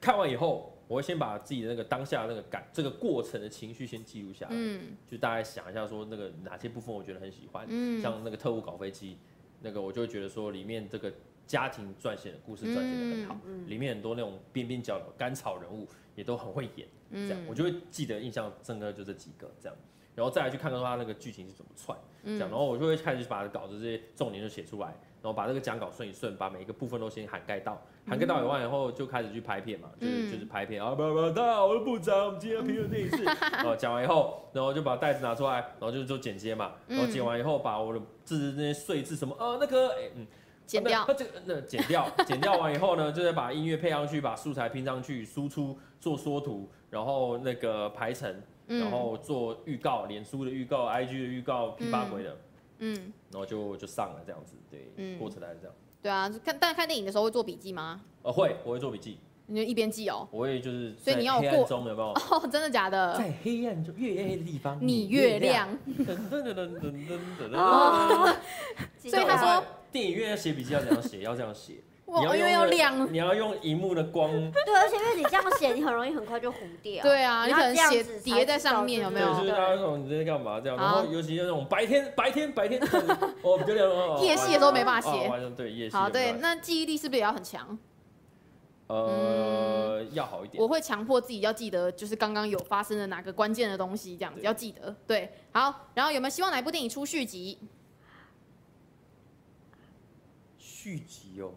Speaker 1: 看完以后，我会先把自己的那个当下那个感，这个过程的情绪先记录下来，
Speaker 2: 嗯
Speaker 1: 就大概想一下说那个哪些部分我觉得很喜欢，
Speaker 2: 嗯
Speaker 1: 像那个特务搞飞机，那个我就会觉得说里面这个家庭撰写的故事撰写的很好，
Speaker 3: 嗯
Speaker 1: 里面很多那种边边角角甘草人物也都很会演，这样、我
Speaker 2: 嗯
Speaker 1: 就会记得印象深刻就这几个这样，然后再来去看看说他那个剧情是怎么串。
Speaker 2: 嗯
Speaker 1: 讲，然后我就会开始把稿子这些重点就写出来，然后把这个讲稿顺一顺，把每一个部分都先涵盖到，涵盖到以外，然后就开始去拍片嘛，就是、
Speaker 2: 嗯
Speaker 1: 就是拍片啊，不不，大家好，我是部长，我们今天评论电影 是，然后讲完以后，然后就把袋子拿出来，然后就做剪接嘛，然后
Speaker 2: 嗯
Speaker 1: 剪完以后把我的字那些碎字什么啊那个哎嗯
Speaker 2: 剪
Speaker 1: 那
Speaker 2: 掉
Speaker 1: 那。这个那剪掉，剪掉完以后呢，就再把音乐配上去，把素材拼上去，输出做缩图，然后那个排程，
Speaker 2: 嗯
Speaker 1: 然后做预告，脸书的预告、IG 的预告，批八鬼的，
Speaker 2: 嗯，
Speaker 1: 然后就就上了这样子，对，
Speaker 2: 嗯
Speaker 1: 过程大概是这样。
Speaker 2: 对啊，看但看电影的时候会做笔记吗？
Speaker 1: 呃，会，我会做笔记，
Speaker 2: 你就一边记哦。
Speaker 1: 我会就是
Speaker 2: 所
Speaker 1: 在
Speaker 2: 以你要
Speaker 1: 黑
Speaker 2: 过
Speaker 1: 暗中有没有？
Speaker 2: 哦，真的假的？
Speaker 1: 在黑暗中越黑的地方，
Speaker 2: 你月亮，
Speaker 1: 噔噔噔噔噔噔噔。
Speaker 3: 哦，
Speaker 2: 所以他说
Speaker 1: 电影院要写笔记要怎样写？要这样写。
Speaker 2: 哇哦
Speaker 1: 你
Speaker 2: 因
Speaker 1: 用
Speaker 2: 为要
Speaker 1: 那个
Speaker 2: 亮
Speaker 1: 你要用荧幕的光，
Speaker 3: 对，而且因为你这样写，你很容易很快就糊掉。
Speaker 2: 对啊，
Speaker 3: 你
Speaker 2: 你
Speaker 3: 要
Speaker 2: 可能
Speaker 3: 这样
Speaker 2: 写
Speaker 3: 子才
Speaker 2: 叠在
Speaker 3: 知道
Speaker 2: 上面
Speaker 3: 这
Speaker 2: 有没
Speaker 1: 对，就是
Speaker 2: 有？
Speaker 1: 大家说你在干嘛这样，然
Speaker 2: 好
Speaker 1: 后尤其是那种白天白天白天，这样子哦，比较亮哦
Speaker 2: 夜戏的时候没办法
Speaker 1: 哦
Speaker 2: 写。
Speaker 1: 晚上对夜戏就
Speaker 2: 好，
Speaker 1: 没
Speaker 2: 对，
Speaker 1: 办法
Speaker 2: 那记忆力是不是也要很强？
Speaker 1: 呃
Speaker 2: 嗯
Speaker 1: 要好一点
Speaker 2: 我。会强迫自己要记得，就是刚刚有发生的哪个关键的东西，这样子
Speaker 1: 对
Speaker 2: 要记得。对，好，然后有没有希望哪一部电影出续集？
Speaker 1: 续集哦，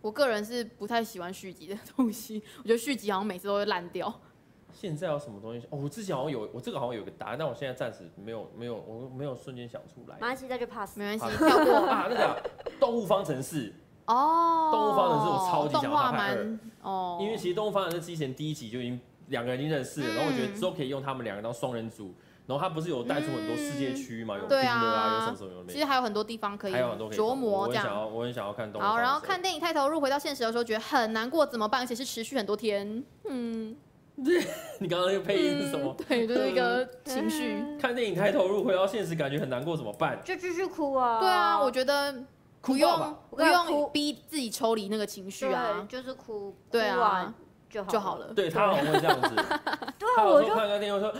Speaker 2: 我个人是不太喜欢续集的东西，我觉得续集好像每次都会烂掉。
Speaker 1: 现在有什么东西？哦，我之前好像有，我这个好像有个答案，但我现在暂时没有没有，我没有瞬间想出来。
Speaker 3: 马上现在就 pass。
Speaker 2: 没关
Speaker 1: 好
Speaker 2: 系，跳过。
Speaker 1: 啊，那个啊《动物方程式
Speaker 2: 哦，
Speaker 1: 动物方程式我超级想
Speaker 2: 动
Speaker 1: 要
Speaker 2: 画
Speaker 1: 它拍
Speaker 2: 蛮哦》，，
Speaker 1: 因为其实《动物方程式》之前第一集就已经两个人已经认识了，然后我觉得
Speaker 2: 嗯
Speaker 1: 之后可以用他们两个当双人组，然后他不是有带出很多世界区嘛，有冰
Speaker 2: 对
Speaker 1: 的
Speaker 2: 啊
Speaker 1: 有什么什么有的
Speaker 2: 其实还有很多地方可以
Speaker 1: 还有很多可以
Speaker 2: 琢
Speaker 1: 我
Speaker 2: 磨
Speaker 1: 很
Speaker 2: 这
Speaker 1: 想
Speaker 2: 样。
Speaker 1: 要，我很想要看《动物方
Speaker 2: 好，
Speaker 1: 程式》。
Speaker 2: 然后看电影太投入，回到现实的时候觉得很难过，怎么办？而且是持 续很多天。嗯，
Speaker 1: 你刚刚那个配音是什么？
Speaker 2: 对，就是一个情绪。
Speaker 3: 嗯
Speaker 1: 看电影太投入，回到现实感觉很难过，怎么办？
Speaker 3: 就继续哭啊。
Speaker 2: 对啊，我觉得
Speaker 1: 哭
Speaker 2: 不
Speaker 1: 爆
Speaker 2: 用
Speaker 1: 吧
Speaker 2: 不用逼自己抽离那个情绪啊，
Speaker 3: 对就是哭，
Speaker 2: 对啊
Speaker 3: 哭完就好
Speaker 2: 就好
Speaker 3: 了。
Speaker 2: 了。
Speaker 1: 对他好像会这样 子，
Speaker 3: 对
Speaker 1: 他
Speaker 3: 啊，
Speaker 1: 有
Speaker 3: 我
Speaker 1: 时候
Speaker 3: 就
Speaker 1: 看个电影说，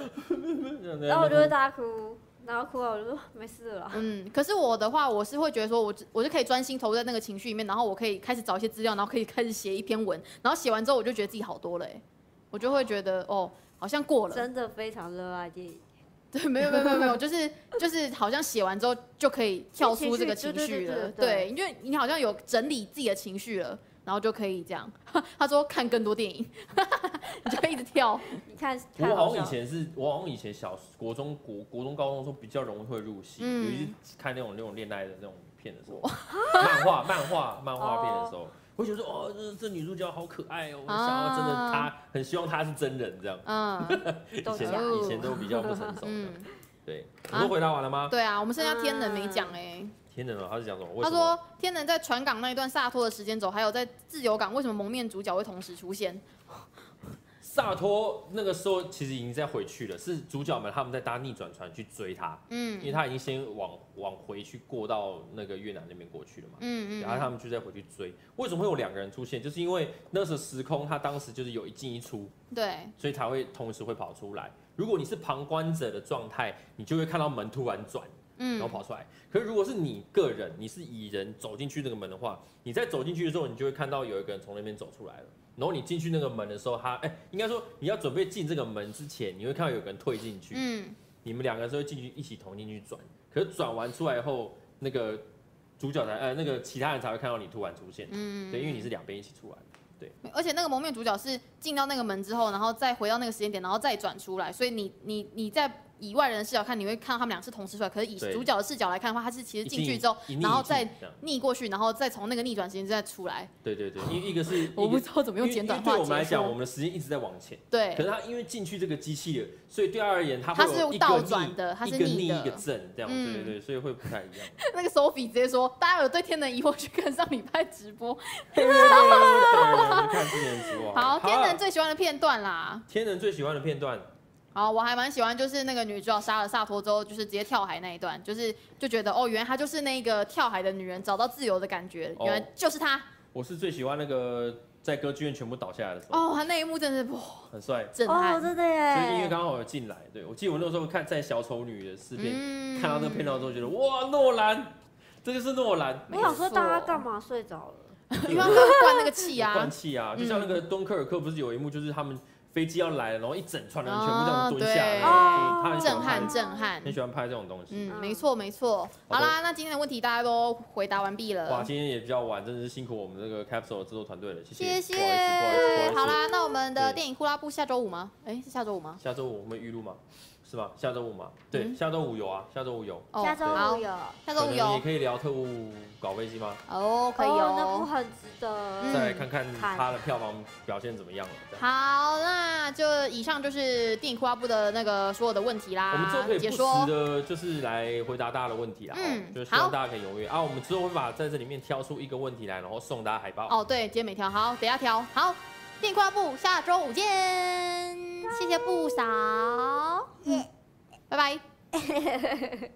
Speaker 1: 这样子
Speaker 3: 然后我就会大哭，然后哭完我就说没事了。
Speaker 2: 嗯，可是我的话，我是会觉得说我，我我就可以专心投入在那个情绪里面，然后我可以开始找一些资料，然后可以开始写一篇文，然后写完之后，我就觉得自己好多了、欸，我就会觉得哦，好像过 了，
Speaker 3: 真的非常热爱电影，
Speaker 2: 对，没有没有没有没有，就是就是好像写完之后就可以跳出这个 情绪了，
Speaker 3: 对对对对
Speaker 2: 因为你好像有整理自己的情绪了，然后就可以这样。 他说看更多电影， 你就会一直跳，
Speaker 3: 你看，
Speaker 1: 我
Speaker 3: 看
Speaker 1: 好
Speaker 3: 笑
Speaker 1: 像以前是，我好像以前小国中国国中高中的时候比较容易会入戏，
Speaker 2: 嗯
Speaker 1: 尤其是看那种那种恋爱的那种片的时候，漫画漫 画漫画片的时候，我会觉得说哦，这这女主角好可爱哦，我想要真的
Speaker 2: 啊
Speaker 1: 她，很希望她是真人这 样。
Speaker 2: 嗯
Speaker 3: 都
Speaker 1: 以
Speaker 3: 这
Speaker 1: 前
Speaker 3: 样。
Speaker 1: 以前都比较不成熟的，
Speaker 2: 嗯，
Speaker 1: 对。
Speaker 2: 啊
Speaker 1: 我都回答完了吗？
Speaker 2: 对啊，我们剩下天能没讲哎、欸。
Speaker 1: 天哪，他是讲什么？为
Speaker 2: 他
Speaker 1: 什么
Speaker 2: 说：“天能在船港那一段洒脱的时间轴，还有在自由港，为什么蒙面主角会同时出现？
Speaker 1: 萨托那个时候其实已经在回去了，是主角们他们在搭逆转船去追他，因为
Speaker 2: 嗯
Speaker 1: 他已经先往往回去过到那个越南那边过去了嘛。
Speaker 2: 嗯
Speaker 1: 然后
Speaker 2: 嗯，
Speaker 1: 他们就再回去追。为什么会有两个人出现？就是因为那时候时空它当时就是有一进一出，
Speaker 2: 对，
Speaker 1: 所以才会同时会跑出来。如果你是旁观者的状态，你就会看到门突然转，然后
Speaker 2: 嗯
Speaker 1: 跑出来。可是如果是你个人，你是以人走进去那个门的话，你在走进去的时候，你就会看到有一个人从那边走出来了。然后你进去那个门的时候，他哎、应该说你要准备进这个门之前，你会看到有个人退进去，
Speaker 2: 嗯，
Speaker 1: 你们两个人是会进去一起同进去转。可是转完出来后，那个主角才呃那个其他人才会看到你突然出现。
Speaker 2: 嗯
Speaker 1: 对，因为你是两边一起出来的。
Speaker 2: 而且那个蒙面主角是进到那个门之后，然后再回到那个时间点，然后再转出来，所以你你你在以外人的视角看，你会看到他们俩是同时出来，可是以
Speaker 1: 对
Speaker 2: 主角的视角来看的话，他是其实
Speaker 1: 一
Speaker 2: 进
Speaker 1: 进
Speaker 2: 去之后
Speaker 1: 一，逆
Speaker 2: 然后
Speaker 1: 一进
Speaker 2: 再
Speaker 1: 这样
Speaker 2: 逆过去，然后再从那个逆转时间再出来。
Speaker 1: 对对对，因为一个是
Speaker 2: 我
Speaker 1: 一个
Speaker 2: 不知道怎么用
Speaker 1: 因为
Speaker 2: 简短
Speaker 1: 因为
Speaker 2: 化
Speaker 1: 对我们来
Speaker 2: 解
Speaker 1: 讲，我
Speaker 2: 说。
Speaker 1: 们的时间一直在往前，可
Speaker 2: 对
Speaker 1: 是他因为进去这个机器人，所以对他而言，他
Speaker 2: 它
Speaker 1: 会
Speaker 2: 是
Speaker 1: 有一个
Speaker 2: 倒
Speaker 1: 逆
Speaker 2: 转的它是
Speaker 1: 一个逆
Speaker 2: 逆的
Speaker 1: 一个正这样，
Speaker 2: 嗯
Speaker 1: 对对对，所以会不太一样。
Speaker 2: 那个 Sophie 直接说，大家有对天能疑惑去看上礼拜直播。
Speaker 1: 对对对对对看之前直播。
Speaker 2: 好，天能最喜欢的片段啦。
Speaker 1: 天人最喜欢的片段，
Speaker 2: 好，我还蛮喜欢，就是那个女主角杀了萨托之后，就是直接跳海那一段，就是就觉得哦，原来她就是那个跳海的女人，找到自由的感觉，
Speaker 1: 哦
Speaker 2: 原来就是她。
Speaker 1: 我是最喜欢那个在歌剧院全部倒下来的时候，
Speaker 2: 哦，她那一幕真的是哇
Speaker 1: 很帅。
Speaker 2: 震撼。
Speaker 3: 哦，真的
Speaker 1: 所以音乐
Speaker 3: 耶！
Speaker 1: 刚好有进来，对我记得我那时候看在小丑女的视频，
Speaker 2: 嗯
Speaker 1: 看到这个片段之后，觉得哇，诺兰，这就是诺兰，
Speaker 3: 我想说大家干嘛睡着了？
Speaker 2: 因为她灌那个气
Speaker 1: 有
Speaker 2: 啊
Speaker 1: 灌，气啊，就像那个敦刻尔克，不是有一幕就是他们飞机要来了，然后一整船人全部这样蹲下来，
Speaker 3: 哦对
Speaker 1: 他很喜
Speaker 2: 震
Speaker 1: 欢拍
Speaker 2: 撼震撼
Speaker 1: 很。喜欢拍这种东西。
Speaker 2: 嗯，没错没错。
Speaker 1: 好的
Speaker 2: 好啦，那今天的问题大家都回答完毕
Speaker 1: 哇，
Speaker 2: 了，
Speaker 1: 今天也比较晚，真的是辛苦我们这个 Capsule 制作团队了，谢
Speaker 2: 谢
Speaker 1: 不好意思，不好意思，不好意
Speaker 2: 谢。
Speaker 1: 思。
Speaker 2: 好啦，那我们的
Speaker 1: 对
Speaker 2: 电影呼啦布下周五吗？哎，是下周五吗？
Speaker 1: 下周我们会预录吗？是吧？下周五嘛，对，
Speaker 2: 嗯
Speaker 1: 下周五有啊，下周五有。
Speaker 2: 哦
Speaker 3: 下周
Speaker 2: 好
Speaker 3: 五有，
Speaker 2: 下周
Speaker 1: 可
Speaker 2: 五
Speaker 1: 能也
Speaker 2: 有
Speaker 1: 可以聊特务搞飞机吗？
Speaker 2: 哦，可以
Speaker 3: 哦那部
Speaker 2: 哦。
Speaker 3: 很值得。
Speaker 2: 嗯
Speaker 1: 再来看看
Speaker 3: 看
Speaker 1: 它的票房表现怎么样了。这样
Speaker 2: 好，那就以上就是电影库拉布的那个所有的问题啦，
Speaker 1: 我们之后可以
Speaker 2: 解
Speaker 1: 不
Speaker 2: 说
Speaker 1: 时的，就是来回答大家的问题啦。
Speaker 2: 嗯
Speaker 1: 哦就是希望
Speaker 2: 好
Speaker 1: 大家可以踊跃啊。我们之后会把在这里面挑出一个问题来，然后送大家海报。
Speaker 2: 哦，对，今天没挑，好，等一下挑。好，电影库拉布下周五见，谢谢不少，嗯，拜拜。